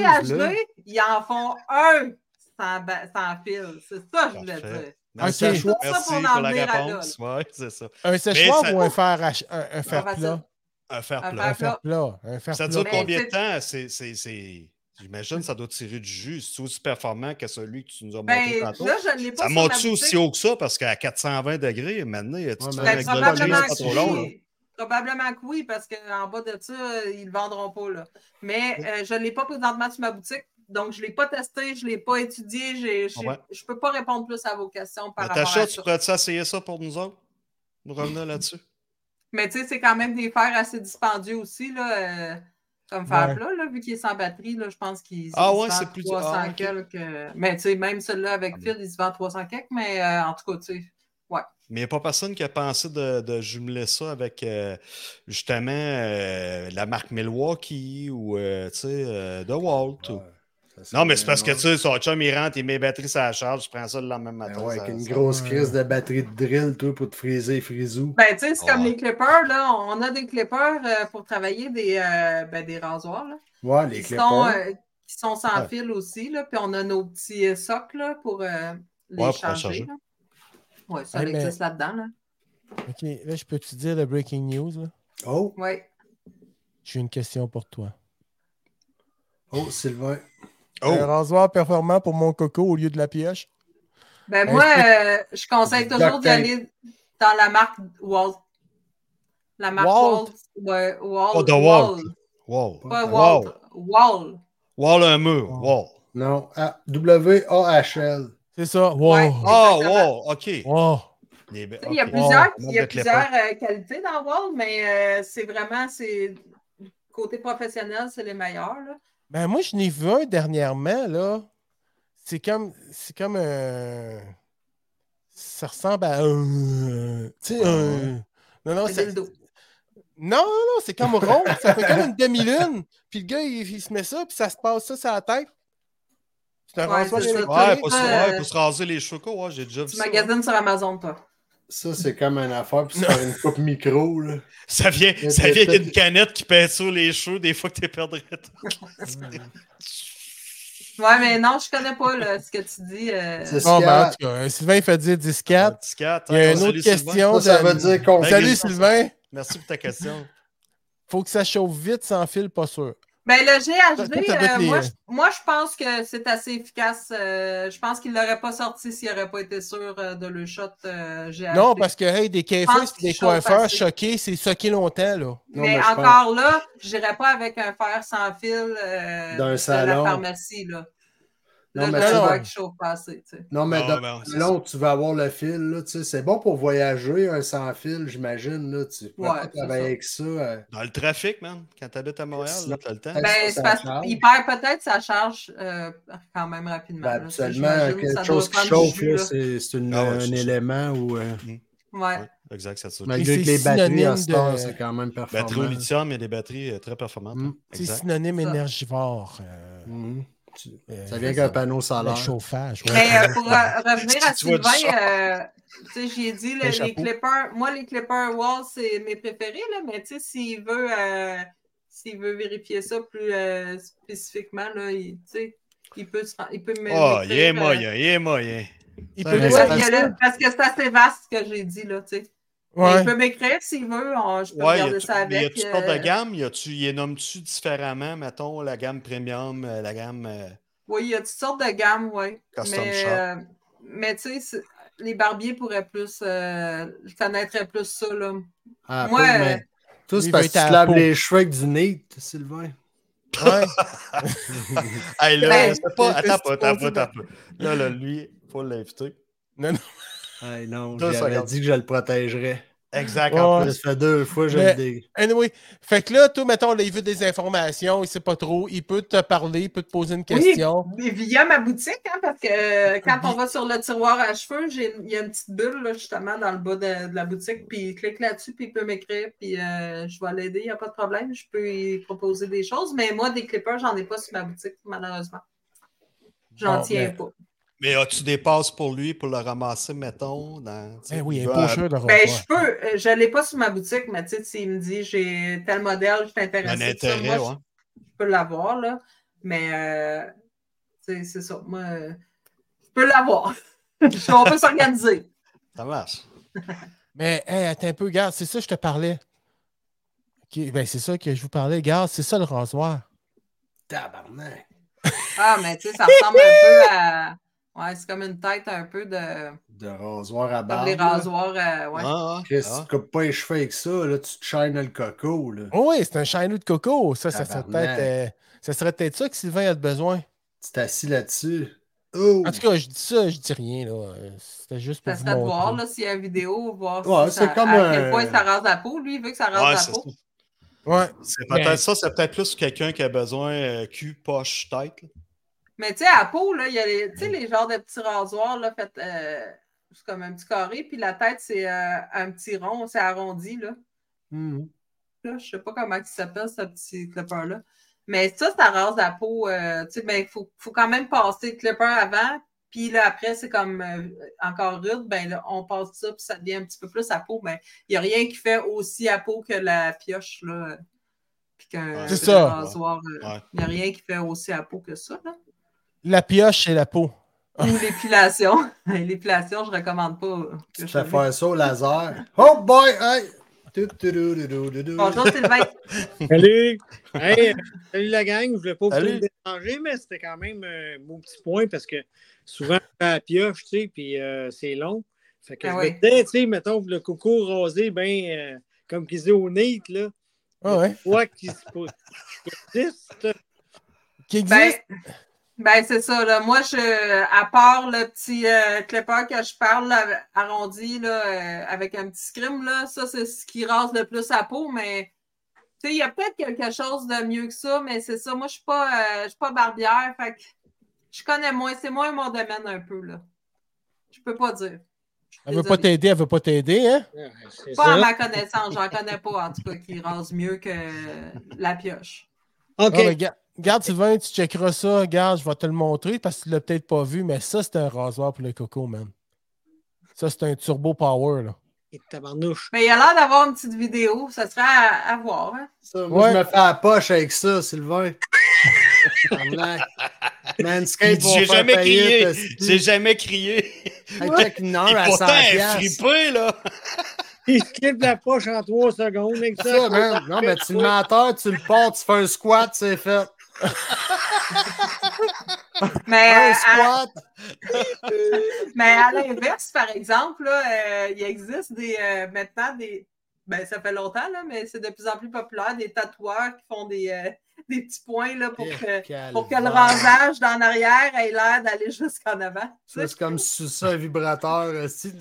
GHD, ils en font un sans, ba- sans fil. C'est ça que je voulais Parfait. dire. Merci, Ok. merci Tout Ah, ça pour en pour la venir à là, réponse. Ouais, c'est ça. Un séchoir ça- ou un fer, à ch- un, un fer va plat? Un fer Un plat. fer Un fer plat. Un fer plat. Ça dure Mais combien de c'est- temps? C'est- c'est- c'est- J'imagine que ça doit tirer du jus. C'est aussi performant que celui que tu nous as montré Ben, là, tantôt. je ne l'ai pas Ça sur ma monte-tu boutique. aussi haut que ça? Parce qu'à 420 degrés, maintenant, tu te Ouais, fais mais Ben, avec de probablement l'huile, c'est probablement, pas trop hein. que long. là. oui. probablement que oui, parce qu'en bas de ça, ils ne le vendront pas. Là. Mais euh, je ne l'ai pas présentement sur ma boutique. Donc, je ne l'ai pas testé, je ne l'ai pas étudié. j'ai- j'ai- Ouais. Je ne peux pas répondre plus à vos questions par rapport Natacha, à tu ça. pourrais-tu essayer ça pour nous autres? Nous revenons là-dessus. Mais tu sais, c'est quand même des fers assez dispendieux aussi, là, euh, comme fer Ouais. plat, là, vu qu'il est sans batterie, là, je pense qu'il Ah il se ouais, vend c'est plus- 300 ah, ok. Ah, quelques, euh, Mais tu sais, même celui-là avec fil, il se vend 300 quelques, mais euh, en tout cas, tu sais. Mais il n'y a pas personne qui a pensé de, de jumeler ça avec euh, justement euh, la marque Milwaukee ou euh, tu sais, euh, DeWalt. ben ou- Ouais, ça serait Non, mais c'est parce que bien tu sais, son chum, il rentre, il met les batteries sur la charge, je prends ça le drôle. lendemain matin. Ben ouais, ça- avec une ça- grosse crise de batterie de drill, toi, pour te friser, frisou. Ben, tu sais, c'est comme Ouais. les clippers, là. On a des clippers euh, pour travailler des, euh, ben, des rasoirs, là. Ouais, les qui, sont, clippers. euh, qui sont sans Ouais. fil aussi, là. Puis on a nos petits euh, socles, là, pour euh, les Ouais, pour changer, recharger. là. Ouais, ça Ouais, mais- existe là-dedans, là. Ok, là, je peux te dire le breaking news? là? Oh, Ouais. J'ai une question pour toi. oh, Sylvain. Un Oh, rasoir performant pour mon coco au lieu de la pioche? Ben, Ben, moi, je euh, je conseille toujours Duct tape. d'aller dans la marque Walt. La marque Walt. Walt. Ouais, Walt. Oh, de Walt. wow. Pas Wow. Walt. Walt. Wall un mur, Wow. wall. Non, ah, W-A-H-L. C'est ça. Wow. Oh. Ouais. Ah, Exactement. wow, OK. Wow. Les ba- Tu sais, Il y a ok. plusieurs, Wow. il y a Mettre les pas. plusieurs euh, qualités dans Wall, mais euh, c'est vraiment, c'est côté professionnel, c'est les meilleurs. là. Ben moi, je n'ai vu un dernièrement, là. C'est comme. C'est comme euh, un. Ça ressemble à un. Tu sais, un. Non, non, Un ça- dildo. Non, non, non, c'est comme rond, ça fait comme une demi-lune. Puis le gars, il, il se met ça, puis ça se passe ça sur la tête. C'est un Ouais, rasoir c'est ça. électrique. Ouais, Ouais, pour se, euh, ouais, pour se raser les chocos, ouais, j'ai déjà vu Tu ça. magasines sur Amazon, toi. Ça, c'est comme une affaire pour se faire une coupe micro. Là. Ça vient, Mais ça vient peut-être- d'une canette qui pèse sur les cheveux des fois que t'es perdrais ton Ouais, mais non, je connais pas là, ce que tu dis. euh. C'est Bon, ben, en ça. tout cas, euh, Sylvain fait dire 10-4. petit cat. Il y a Hein, une salut, autre Sylvain. question. Ça, ça de- veut dire qu'on Ben, Salut les- Sylvain. Merci pour ta question. Faut que ça chauffe vite, sans fil, pas sûr. Ben, le Toi, GHD, toi, t'as fait euh, les- moi, je, moi, je pense que c'est assez efficace. euh, je pense qu'il l'aurait pas sorti s'il n'aurait pas été sûr euh, de le shot euh, GHD. Non, parce que hey, des pense coiffeurs, qu'il des chauffe coiffeurs assez. choqués, c'est soqué longtemps, là. Non, mais mais je encore là, j'irais pas avec un fer sans fil euh, D'un de salon. la pharmacie. Là, Non, là mais tu non. vois qu'il chauffe pas assez. tu sais. Non, mais Ah, dans ben, c'est le long, tu vas avoir le fil. Là, tu sais, c'est bon pour voyager, un sans fil, j'imagine. Là, tu peux Ouais, pas c'est travailler ça. avec ça. euh, Dans le trafic, man, quand t'habites à Montréal, là, t'as le temps. Ben, Ben, ça, c'est ça parce charge. qu'il perd peut-être sa charge euh, quand même rapidement. ben, là, absolument, j'imagine, ça quelque doit chose qui prendre du chauffe, jus, là, là. c'est c'est une- Ah ouais, c'est un ça. élément où, euh, Ouais. Ouais, exact, ça te saute. malgré c'est que les batteries à ce synonyme de- temps, c'est quand même Batterie au performant. lithium et des batteries euh, très performantes. Mm. hein. C'est Exact. synonyme Ça. énergivore. euh, Mhm. Tu- euh, Ça vient qu'un panneau le solaire. chauffage. ouais. Mais euh, pour euh, revenir à Tu vois du Sylvain, euh, tu sais, j'ai dit là, Un les chapeau. clippers, moi les clippers wall, c'est mes préférés, là, mais tu sais, s'il veut euh, s'il veut vérifier ça plus euh, spécifiquement, là, il, tu sais, il peut se rend- il peut me. Oh, m'écrire, il est euh, moyen, il est moyen. Il Ça peut reste- pas- parce que là- Parce que c'est assez vaste ce que j'ai dit, là, tu sais. Mais Ouais. Il peut m'écrire s'il veut, on- je peux Ouais, regarder ça y a avec. toutes sortes de euh, gammes? Y a-tu, y nommes-tu différemment, mettons, la gamme premium, euh, la gamme. euh, Oui, il y a toutes sortes de gammes, oui. Custom mais, shop. euh, mais tu sais, c'est- les barbiers pourraient plus euh, connaîtraient plus ça, là. Ah, Moi, pauvre, mais- euh, Tout, lui, c'est il parce veut que tu ta te laves peau. les cheveux avec du nez, Sylvain. Ouais. Hey, là, Ben, c'est pas. qu'est-ce Attends, que pas, tu attends, penses pas, attends. pas. Là, là, lui, faut l'inviter. Hey, non, Deux j'avais secondes. dit que je le protégerais. Exact. Ouais, en ouais. Ça plus. fait deux fois que je Mais- le dis. Anyway, fait que là, toi, mettons, là, il veut des informations, il sait pas trop, il peut te parler, il peut te poser une question. Oui, mais via ma boutique, hein, parce que euh, quand on va sur le tiroir à cheveux, j'ai- il y a une petite bulle là, justement dans le bas de, de la boutique, puis il clique là-dessus, puis il peut m'écrire, puis euh, je vais l'aider, il n'y a pas de problème, je peux y proposer des choses, mais moi, des clippers, j'en ai pas sur ma boutique, malheureusement. J'en Bon, tiens mais- pas. Mais as-tu des passes pour lui pour le ramasser, mettons? Dans, tu sais, Ben Eh oui, il il est va pas à- sûr de revoir. Ben, je peux, euh, je l'ai pas sur ma boutique, mais tu sais, s'il me dit j'ai tel modèle, je suis Un intéressé, tout ça, intérêt, moi, ouais. je peux l'avoir, là, mais euh, tu sais, c'est ça, moi, euh, je peux l'avoir. on peut s'organiser. Ça marche. Mais hey, attends un peu, regarde, c'est ça que je te parlais. Ok, ben, c'est ça que je vous parlais, regarde, c'est ça le rasoir. Tabarnak. Ah, mais tu sais, ça ressemble un peu à. Ouais, c'est comme une tête un peu de. De rasoir à Comme barbe. les là. rasoirs. euh, ouais. Ah, ah, Chris, ah. tu coupes pas les cheveux avec ça, là, tu te chaînes le coco. Là. Oh oui, c'est un chino de coco. Ça, ça serait Tabarnak. peut-être euh, ça serait peut-être ça que Sylvain a de besoin. Tu t'assis là-dessus. Oh! En tout cas, je dis ça, je dis rien. là. Euh, C'était juste pour Ça vous serait de montrer. voir là, s'il y a une vidéo, voir Ouais, si c'est ça- comme à quel un- point ça rase la peau. Lui, il veut que ça rase Ouais, la c'est peau. ça. Ouais. C'est Mais- peut-être ça, c'est peut-être plus quelqu'un qui a besoin euh, cul, poche, tête. là. Mais tu sais, à la peau, là, il y a les, Mm. tu sais, les genres de petits rasoirs là, fait, euh, c'est comme un petit carré, puis la tête, c'est euh, un petit rond, c'est arrondi. Là. Mhm. Là, je sais pas comment il s'appelle, ce petit clipper-là. Mais ça, ça rase la peau. euh, tu sais, ben, il faut, faut quand même passer le clipper avant. Puis là, après, c'est comme euh, encore rude. Ben, là, on passe ça, puis ça devient un petit peu plus à peau. Mais il n'y a rien qui fait aussi à peau que la pioche, là. Puis qu'un Ouais, c'est un ça. rasoir. Il Ouais. n'y a rien qui fait aussi à peau que ça, là. La pioche et la peau. Ou l'épilation. Ben, l'épilation, je recommande pas. euh, Tu que te je fais le faire ça au laser. Oh boy! Hey! Tu, tu, du, du, du, du, du. dise. Bonjour, Sylvain. Salut! Hey, euh, salut la gang, je voulais pas vous Salut. déranger, mais c'était quand même euh, mon petit point parce que souvent je fais la pioche, tu sais, puis euh, c'est long. Fait que Ah je ouais. me disais, tu sais, mettons, le coucou rasé, ben, euh, comme qu'ils disent au nez, là, Ah Ben, ouais. quoi qui se pousse. qui existe. Qui existe? Ben, ben, c'est ça. Là. Moi, je, à part le petit euh, clipper que je parle là, arrondi là, euh, avec un petit scrim, là, ça, c'est ce qui rase le plus la peau, mais tu sais, il y a peut-être quelque chose de mieux que ça, mais c'est ça. Moi, je suis pas euh, je suis pas barbière, fait que je connais moins. C'est moins mon domaine un peu. là. Je peux pas dire. Elle veut pas t'aider, elle veut pas t'aider, hein? Ah, C'est Pas à ça. ma connaissance, j'en connais pas en tout cas qui rase mieux que la pioche. OK. Ah, mais ga- Garde, Sylvain, tu checkeras ça. Regarde, je vais te le montrer parce que tu l'as peut-être pas vu, mais ça, c'est un rasoir pour le coco, man. Ça, c'est un turbo power, là. Et tabarnouche. Mais il a l'air d'avoir une petite vidéo, ça serait à, à voir. hein. Ça, moi, Ouais. je me fais à la poche avec ça, Sylvain. Tabarnak. Manscaped vont J'ai faire jamais payer, crié. t'as- J'ai jamais crié. Hey, check une heure à Et 100 pourtant, elle est piastres. fripée, là. Il se clip la poche en trois secondes avec Ça, ça. man. Non, mais tu le mets à terre, tu le portes, tu fais un squat, c'est Euh, fait. Mais, Un à- squat. Mais à l'inverse, par exemple, là, euh, il existe des, euh, maintenant des. Ben, ça fait longtemps, là, mais c'est de plus en plus populaire, des tatoueurs qui font des, euh, des petits points là, Eh, pour, que, pour que le rasage d'en arrière ait l'air d'aller jusqu'en avant. tu sais. C'est comme sucer un vibrateur. esti.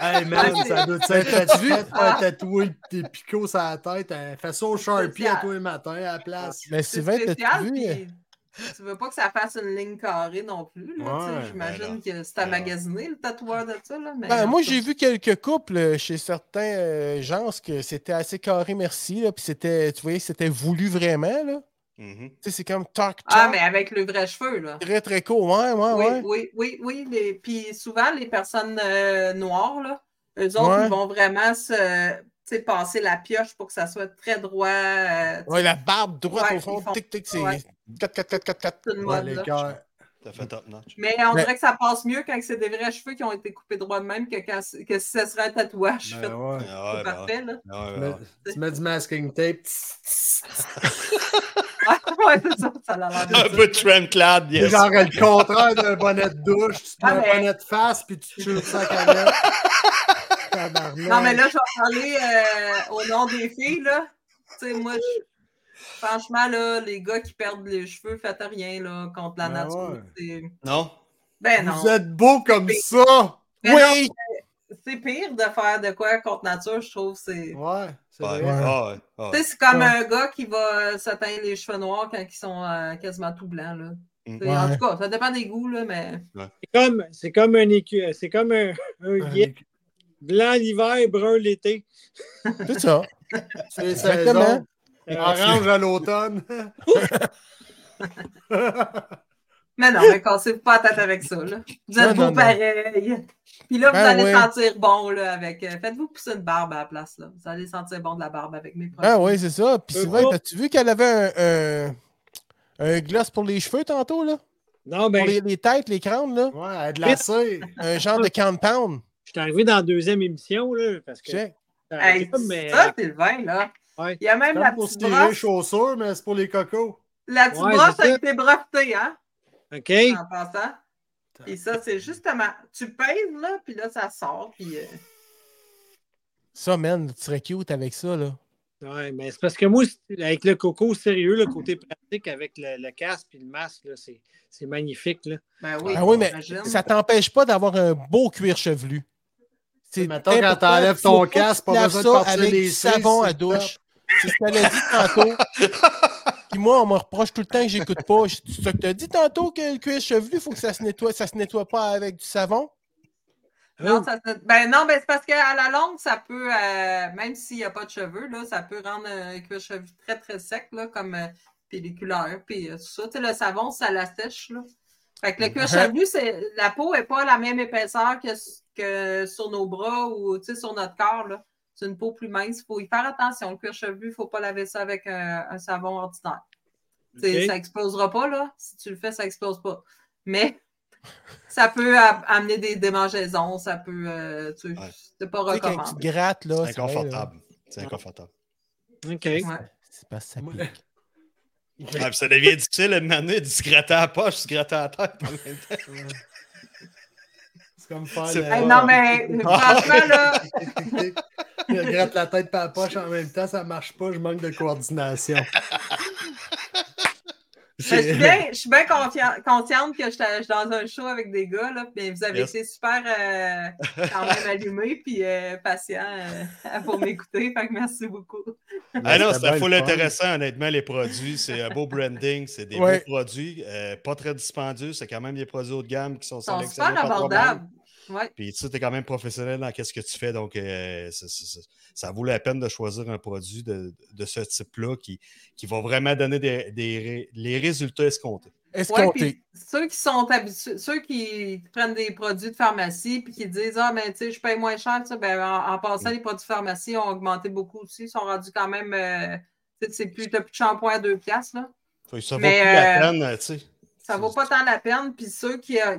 hey man, Ouais, ça c'est- Ah. doit être T'as-tu vu pas tatouer tes picots sur la tête? hein? Fais ça au Sharpie à Spécial. tous les matins à la place. Mais C'est Sylvain, t'as spécial, vu? puis hein. tu veux pas que ça fasse une ligne carrée non plus. là, tu sais, Ouais, J'imagine alors, que c'est à alors. magasiner le tatoueur de ça. Là, mais... Ben, moi, j'ai vu quelques couples euh, chez certains euh, gens que c'était assez carré, merci. Là, puis c'était, tu voyais, c'était voulu vraiment. Là. Mm-hmm. Mhm. Tu sais, c'est comme toc, toc, Ah, mais avec le vrai cheveu, là. très, très court. Ouais, ouais, oui, Ah, ouais. oui, oui, oui. les- Puis souvent, les personnes euh, noires, là, eux autres, Ouais. ils vont vraiment se tu sais, passer la pioche pour que ça soit très droit. euh, tu sais, Ouais, la barbe droite Ouais, au fond, ils font- tic, tic, c'est ouais. 4, 4, 4, 4, 4. tout le Ouais, monde, les là. cœurs. T'as fait top notch. Mais on Mais- dirait que ça passe mieux quand c'est des vrais cheveux qui ont été coupés droit de même que, quand, c- que si ce serait un tatouage. fait. Ben ouais. Ah ouais, C'est ben ouais. parfait, là. Ah ouais, Tu ben mets- ouais. Tu mets du masking tape. tss, tss, tss. ouais, c'est ça, ça a l'air de Un peu de Tremclad, C'est yes. genre le contraire d'un bonnet de douche. Tu te mets Ah, un mais- bonnet de face puis tu te chutes ça canette. Tabarnak. Non, mais là, je vais parler euh, au nom des filles, là. Tu sais, moi, je- franchement, là, les gars qui perdent les cheveux, faites rien, là, contre la Ben nature. ouais. c'est- Non? Ben non. Vous êtes beau comme ça! Ben Oui! c'est pire de faire de quoi contre nature, je trouve. C'est Ouais, c'est Ouais. vrai. Ah ouais. ah Tu ouais. sais, c'est comme Ouais. un gars qui va se teindre les cheveux noirs quand ils sont euh, quasiment tout blancs. Là. Mm. Tu sais, En Ouais. tout cas, ça dépend des goûts, là, mais C'est comme, c'est comme un écu, euh, c'est comme un, un guet. blanc l'hiver, brun l'été. Tout ça. C'est les Exactement. saisons. Euh, Orange à l'automne. Mais non, mais cassez-vous pas la tête avec ça. Là. Vous Non, êtes beau non, non. pareil. Puis là, vous Ben allez ouais. sentir bon là, avec. euh, Faites-vous pousser une barbe à la place. Là. Vous allez sentir bon de la barbe avec mes produits. Ah oui, c'est ça. Puis Euh, Sylvain, oh. t'as-tu vu qu'elle avait un, un, un gloss pour les cheveux tantôt, là? Non, Pour ben, les, les têtes, les crânes, là? Ouais, à glacé. Un genre de compound. je suis arrivé dans la deuxième émission, là, parce que. Check. Hey, Ah, mais, ça, c'est le vin, là. Ouais. Il y a même la Comme pour se petite tirer les brosse. chaussures, mais c'est pour les cocos. La petite Ouais, brosse c'est ça. avec tes brevetés, hein? OK. en passant. Et ça, c'est justement, tu pèses là, puis là, ça sort. Puis, euh, Ça, man, tu serais cute avec ça, là. Ouais, mais c'est parce que moi, c'est- avec le coco, sérieux, le côté pratique, avec le, le casque et le masque, là, c'est, c'est magnifique. Là. ben oui, Ah oui, mais j'imagine. ça t'empêche pas d'avoir un beau cuir chevelu. C'est Mettons, quand important, t'enlèves faut ton pas que tu casque, pas laves besoin de ça porter avec des du cils, savon à c'est douche. C'est ce qu'elle a dit tantôt. Puis moi, on me reproche tout le temps que j'écoute pas. Je- C'est ça que t'as dit tantôt que le cuir chevelu, faut que ça se nettoie. Ça se nettoie pas avec du savon. Non, Oh, ça se- ben non, ben c'est parce qu'à la longue, ça peut, euh, même s'il n'y a pas de cheveux, là, ça peut rendre un cuir chevelu très, très sec, là, comme euh, pelliculaire, puis euh, tout ça. Tu sais, le savon, ça l'assèche, là. Fait que le cuir Mhm. chevelu, c'est, la peau n'est pas la même épaisseur que, s- que sur nos bras ou, tu sais, sur notre corps, là. C'est une peau plus mince. Il faut y faire attention. Le cuir chevelu, il ne faut pas laver ça avec un, un savon ordinaire. Tu sais, OK. Ça n'explosera pas, là. Si tu le fais, ça n'explose pas. Mais ça peut a- amener des démangeaisons, ça peut. euh, tu sais, Ouais. c'est pas Tu sais, quand tu te recommandé. grattes, là. C'est vrai, là. inconfortable. C'est inconfortable. OK. Ouais. C'est pas ça. Moi- pique. Ouais, puis ça devient difficile à demander de se gratter à la poche, de se gratter à la tête en même temps. C'est comme faire. C'est euh, le- pas- Hey, non, mais franchement, là, Je gratte la tête par la poche en même temps, ça marche pas, je manque de coordination. Ben, je suis bien, je suis bien confia- consciente que je suis- je suis dans un show avec des gars, là, mais vous avez Yes. été super euh, quand même allumés puis euh, patients euh, pour m'écouter. Fait que merci beaucoup. Ah C'était non, bien c'était full le fun. intéressant, honnêtement, les produits. C'est un beau branding, c'est des Ouais. beaux produits, euh, pas très dispendieux. C'est quand même des produits haut de gamme qui sont Ils sont sélectionnés. super par toi-même. abordables. Ouais. Puis tu sais, t'es quand même professionnel dans qu'est-ce que tu fais, donc euh, ça, ça- ça- ça vaut la peine de choisir un produit de, de ce type-là qui, qui va vraiment donner des, des ré- les résultats escomptés. Est-ce Ouais, qu'on puis ceux qui sont habitués, ceux qui prennent des produits de pharmacie puis qui disent Ah, mais tu sais, je paye moins cher, ça, ben, en, en passant, Mm. les produits de pharmacie ont augmenté beaucoup aussi, ils sont rendus quand même. euh, tu sais, c'est plus, t'as plus de shampoing à deux piastres, là. Fait que Ça vaut Mais, plus la euh, peine, euh, tu sais. Ça vaut pas tant la peine. Puis ceux qui, euh,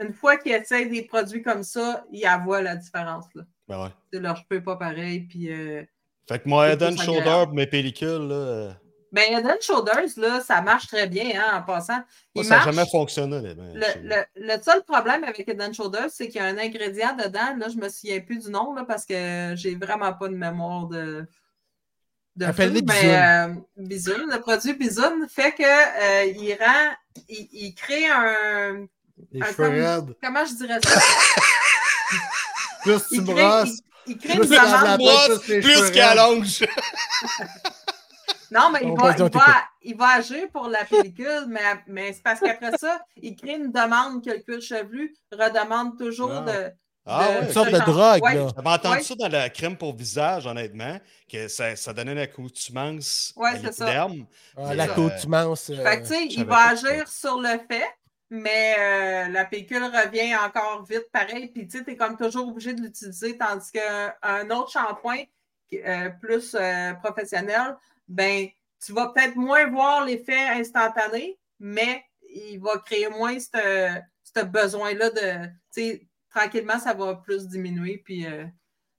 une fois qu'ils essayent des produits comme ça, ils en voient la différence, là. Ben ouais. De leur cheveux pas pareil. Puis, euh, Fait que moi, C'est Head and plus Shoulder agréable. pour mes pellicules, là, euh, ben, Head and Shoulders, là, ça marche très bien, hein, en passant. moi, Il ça n'a marche. jamais fonctionné. les mains. Le, le- le seul problème avec Head and Shoulders, c'est qu'il y a un ingrédient dedans. Là, je me souviens plus du nom là, parce que j'ai vraiment pas de mémoire de. de Appelle-les feu, mais, euh, Bisoun, le produit Bisoun fait que euh, il rend, il, il crée un, Les Ah, cheveux comme- raides. comment je dirais ça Plus tu Il crée, brosses, il- il crée plus une tu laves la amande. tête, plus les cheveux Plus qu'à raides. l'onge! Non, mais il On va, passe dans il tes va- couilles. il va agir pour la pellicule, mais, mais c'est parce qu'après ça, il crée une demande que le cuir chevelu redemande toujours Wow. de. Ah ouais, Une sorte de genre- drogue, ouais, là. J'avais entendu Ouais. ça dans la crème pour visage, honnêtement, que ça, ça donnait une accoutumance euh, Ouais, à c'est ça. l'épiderme. Ah, la côte, tu manges, euh, Fait que, tu sais, il savais va pas. agir sur le fait, mais euh, la pécule revient encore vite pareil. Puis, tu sais, t'es comme toujours obligé de l'utiliser, tandis qu'un autre shampoing qui- euh, plus euh, professionnel, ben, tu vas peut-être moins voir l'effet instantané, mais il va créer moins ce ce besoin-là de. Tu sais, tranquillement, ça va plus diminuer. Puis, euh,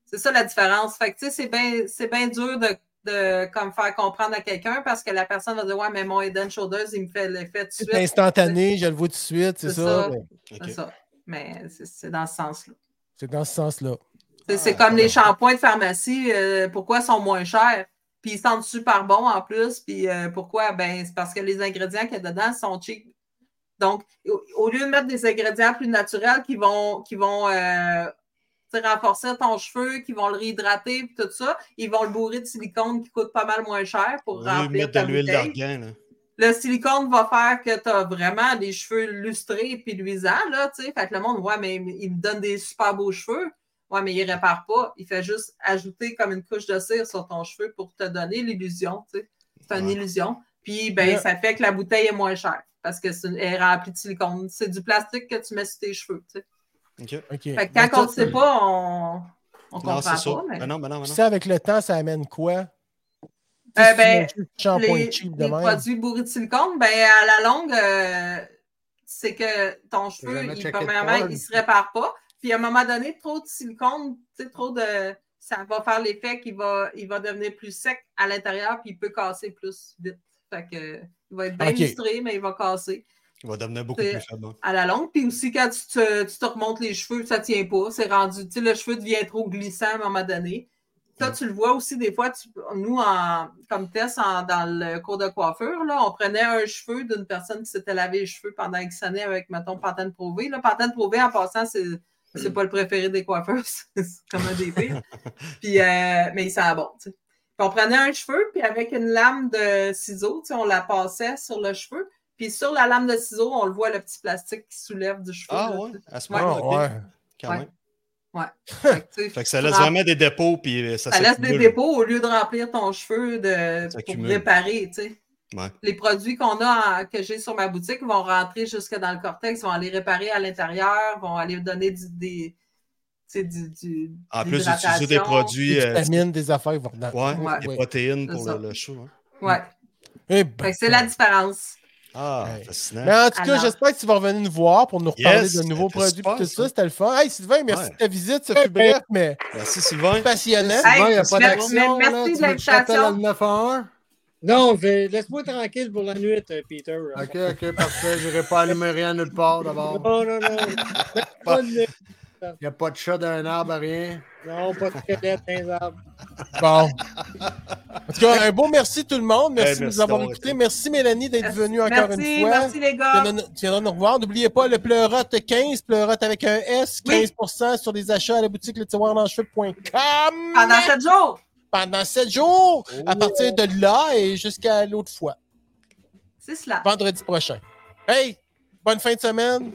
c'est ça la différence. Fait que, tu sais, c'est bien c'est bien dur de de comme faire comprendre à quelqu'un parce que la personne va dire Ouais, mais mon Eden Shoulders, il me fait l'effet tout de c'est suite. instantané, je le vois tout de suite, c'est C'est ça. ça. ouais. Ok. C'est ça. Mais c'est- c'est dans ce sens-là. C'est dans ce sens-là. C'est- Ah, C'est comme les shampoings de pharmacie, euh, pourquoi ils sont moins chers? Puis ils sentent super bons en plus. Puis euh, pourquoi? Ben, c'est parce que les ingrédients qu'il y a dedans sont cheap. Donc, au, au lieu de mettre des ingrédients plus naturels qui vont, qui vont euh, tu sais, renforcer ton cheveu, qui vont le réhydrater, puis tout ça, ils vont le bourrer de silicone qui coûte pas mal moins cher pour Au lieu de remplir mettre ta de l'huile bouteille. d'argan. là. le silicone va faire que tu as vraiment des cheveux lustrés puis luisants, là, tu sais. Fait que le monde, ouais, mais il me donne des super beaux cheveux. Ouais, mais il répare pas. Il fait juste ajouter comme une couche de cire sur ton cheveu pour te donner l'illusion, tu sais. C'est une Ouais. illusion. Puis, ben, Ouais. ça fait que la bouteille est moins chère parce que c'est une- elle est remplie de silicone. C'est du plastique que tu mets sur tes cheveux, tu sais. OK. OK. Fait que Mais quand on ne ça, sait pas, on, on comprend Non, c'est pas, ça. mais... Ah non, mais non, mais Puis non. ça, avec le temps, ça amène quoi? Euh, Tu sais, ben, si tu manges du shampoing les, cheap de les même, produits bourrés de silicone, ben, à la longue, euh, c'est que ton cheveu, jamais il, checké premièrement, de il se répare pas. Puis à un moment donné, trop de silicone, tu sais, trop de. Ça va faire l'effet qu'il va, il va devenir plus sec à l'intérieur, puis il peut casser plus vite. Fait que, il va être bien Ok. lustré, mais il va casser Il va devenir beaucoup C'est- plus faible. hein. à la longue. Puis aussi, quand tu te, tu te remontes les cheveux, ça tient pas. C'est rendu, tu sais, le cheveu devient trop glissant à un moment donné. Ça, tu le vois aussi des fois, tu- nous, en, comme test en- dans le cours de coiffure, là, on prenait un cheveu d'une personne qui s'était lavé les cheveux pendant X années avec, mettons, Pantene Prové. Là, Pantene Prové, en passant, c'est, c'est pas le préféré des coiffeurs, c'est comme un des pires. Puis, euh, mais il sent bon, tu sais. Puis on prenait un cheveu, puis avec une lame de ciseaux, tu sais, on la passait sur le cheveu, puis sur la lame de ciseaux, on le voit le petit plastique qui soulève du cheveu. Ah là, ouais, tu à ce Ouais. moment-là, Ah, OK. ouais. Quand Ouais. même. sais. Fait que, tu sais, Fait que ça laisse tu rem- vraiment des dépôts, puis euh, ça ça laisse des s'accumule. dépôts au lieu de remplir ton cheveu de, Ça pour s'accumule. réparer, tu sais. Ouais. Les produits qu'on a, en- que j'ai sur ma boutique, vont rentrer jusque dans le cortex, vont aller réparer à l'intérieur, vont aller donner du, des, tu sais, du, du- En de plus d'utiliser des l'hydratation. produits, des euh, vitamines, des affaires, ils vont dedans. ouais, Ouais. des protéines C'est pour ça. le, le cheveu. hein. Ouais. Eh ben, Fait que c'est la différence. Ah, Ouais. fascinant. Mais en tout cas, Alors- j'espère que tu vas revenir nous voir pour nous reparler Yes, de nouveaux c'était produits et super, tout ça. ça. hein. C'était le fun. Hey Sylvain, merci Ouais. de ta visite. Ça fut bref, mais Merci Sylvain. passionnant. Hey, Souvent, il n'y a pas merci- d'action. merci là. de Tu veux que je t'appelle à l'invitation. le 911? Non, fais- laisse-moi tranquille pour la nuit, euh, Peter. Oh, Ok, ok, parfait. Je n'irai pas allumer rien nulle part d'abord. Non, non, non. Bonne nuit. Il n'y a pas de chat d'un arbre, rien. Non, pas de hein, squelette dans les arbres. Bon. En tout cas, un beau merci tout le monde. Merci, de Eh, merci nous avoir d'avoir écoutés. été. Merci Mélanie d'être venue encore merci, une fois. merci les Tu gars. viendras nous- Tu viendras nous revoir. N'oubliez pas le pleurote 15, pleurote avec un S, Oui. 15% sur les achats à la boutique le tiroir dans Pendant sept jours. pendant 7 jours Oh. à partir de là et jusqu'à l'autre fois, C'est cela. vendredi prochain. Hey, bonne fin de semaine.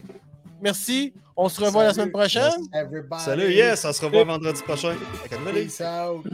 Merci. On se revoit la semaine prochaine. Everybody. Salut, yes, on se revoit vendredi prochain. Fait que, allez. Peace out.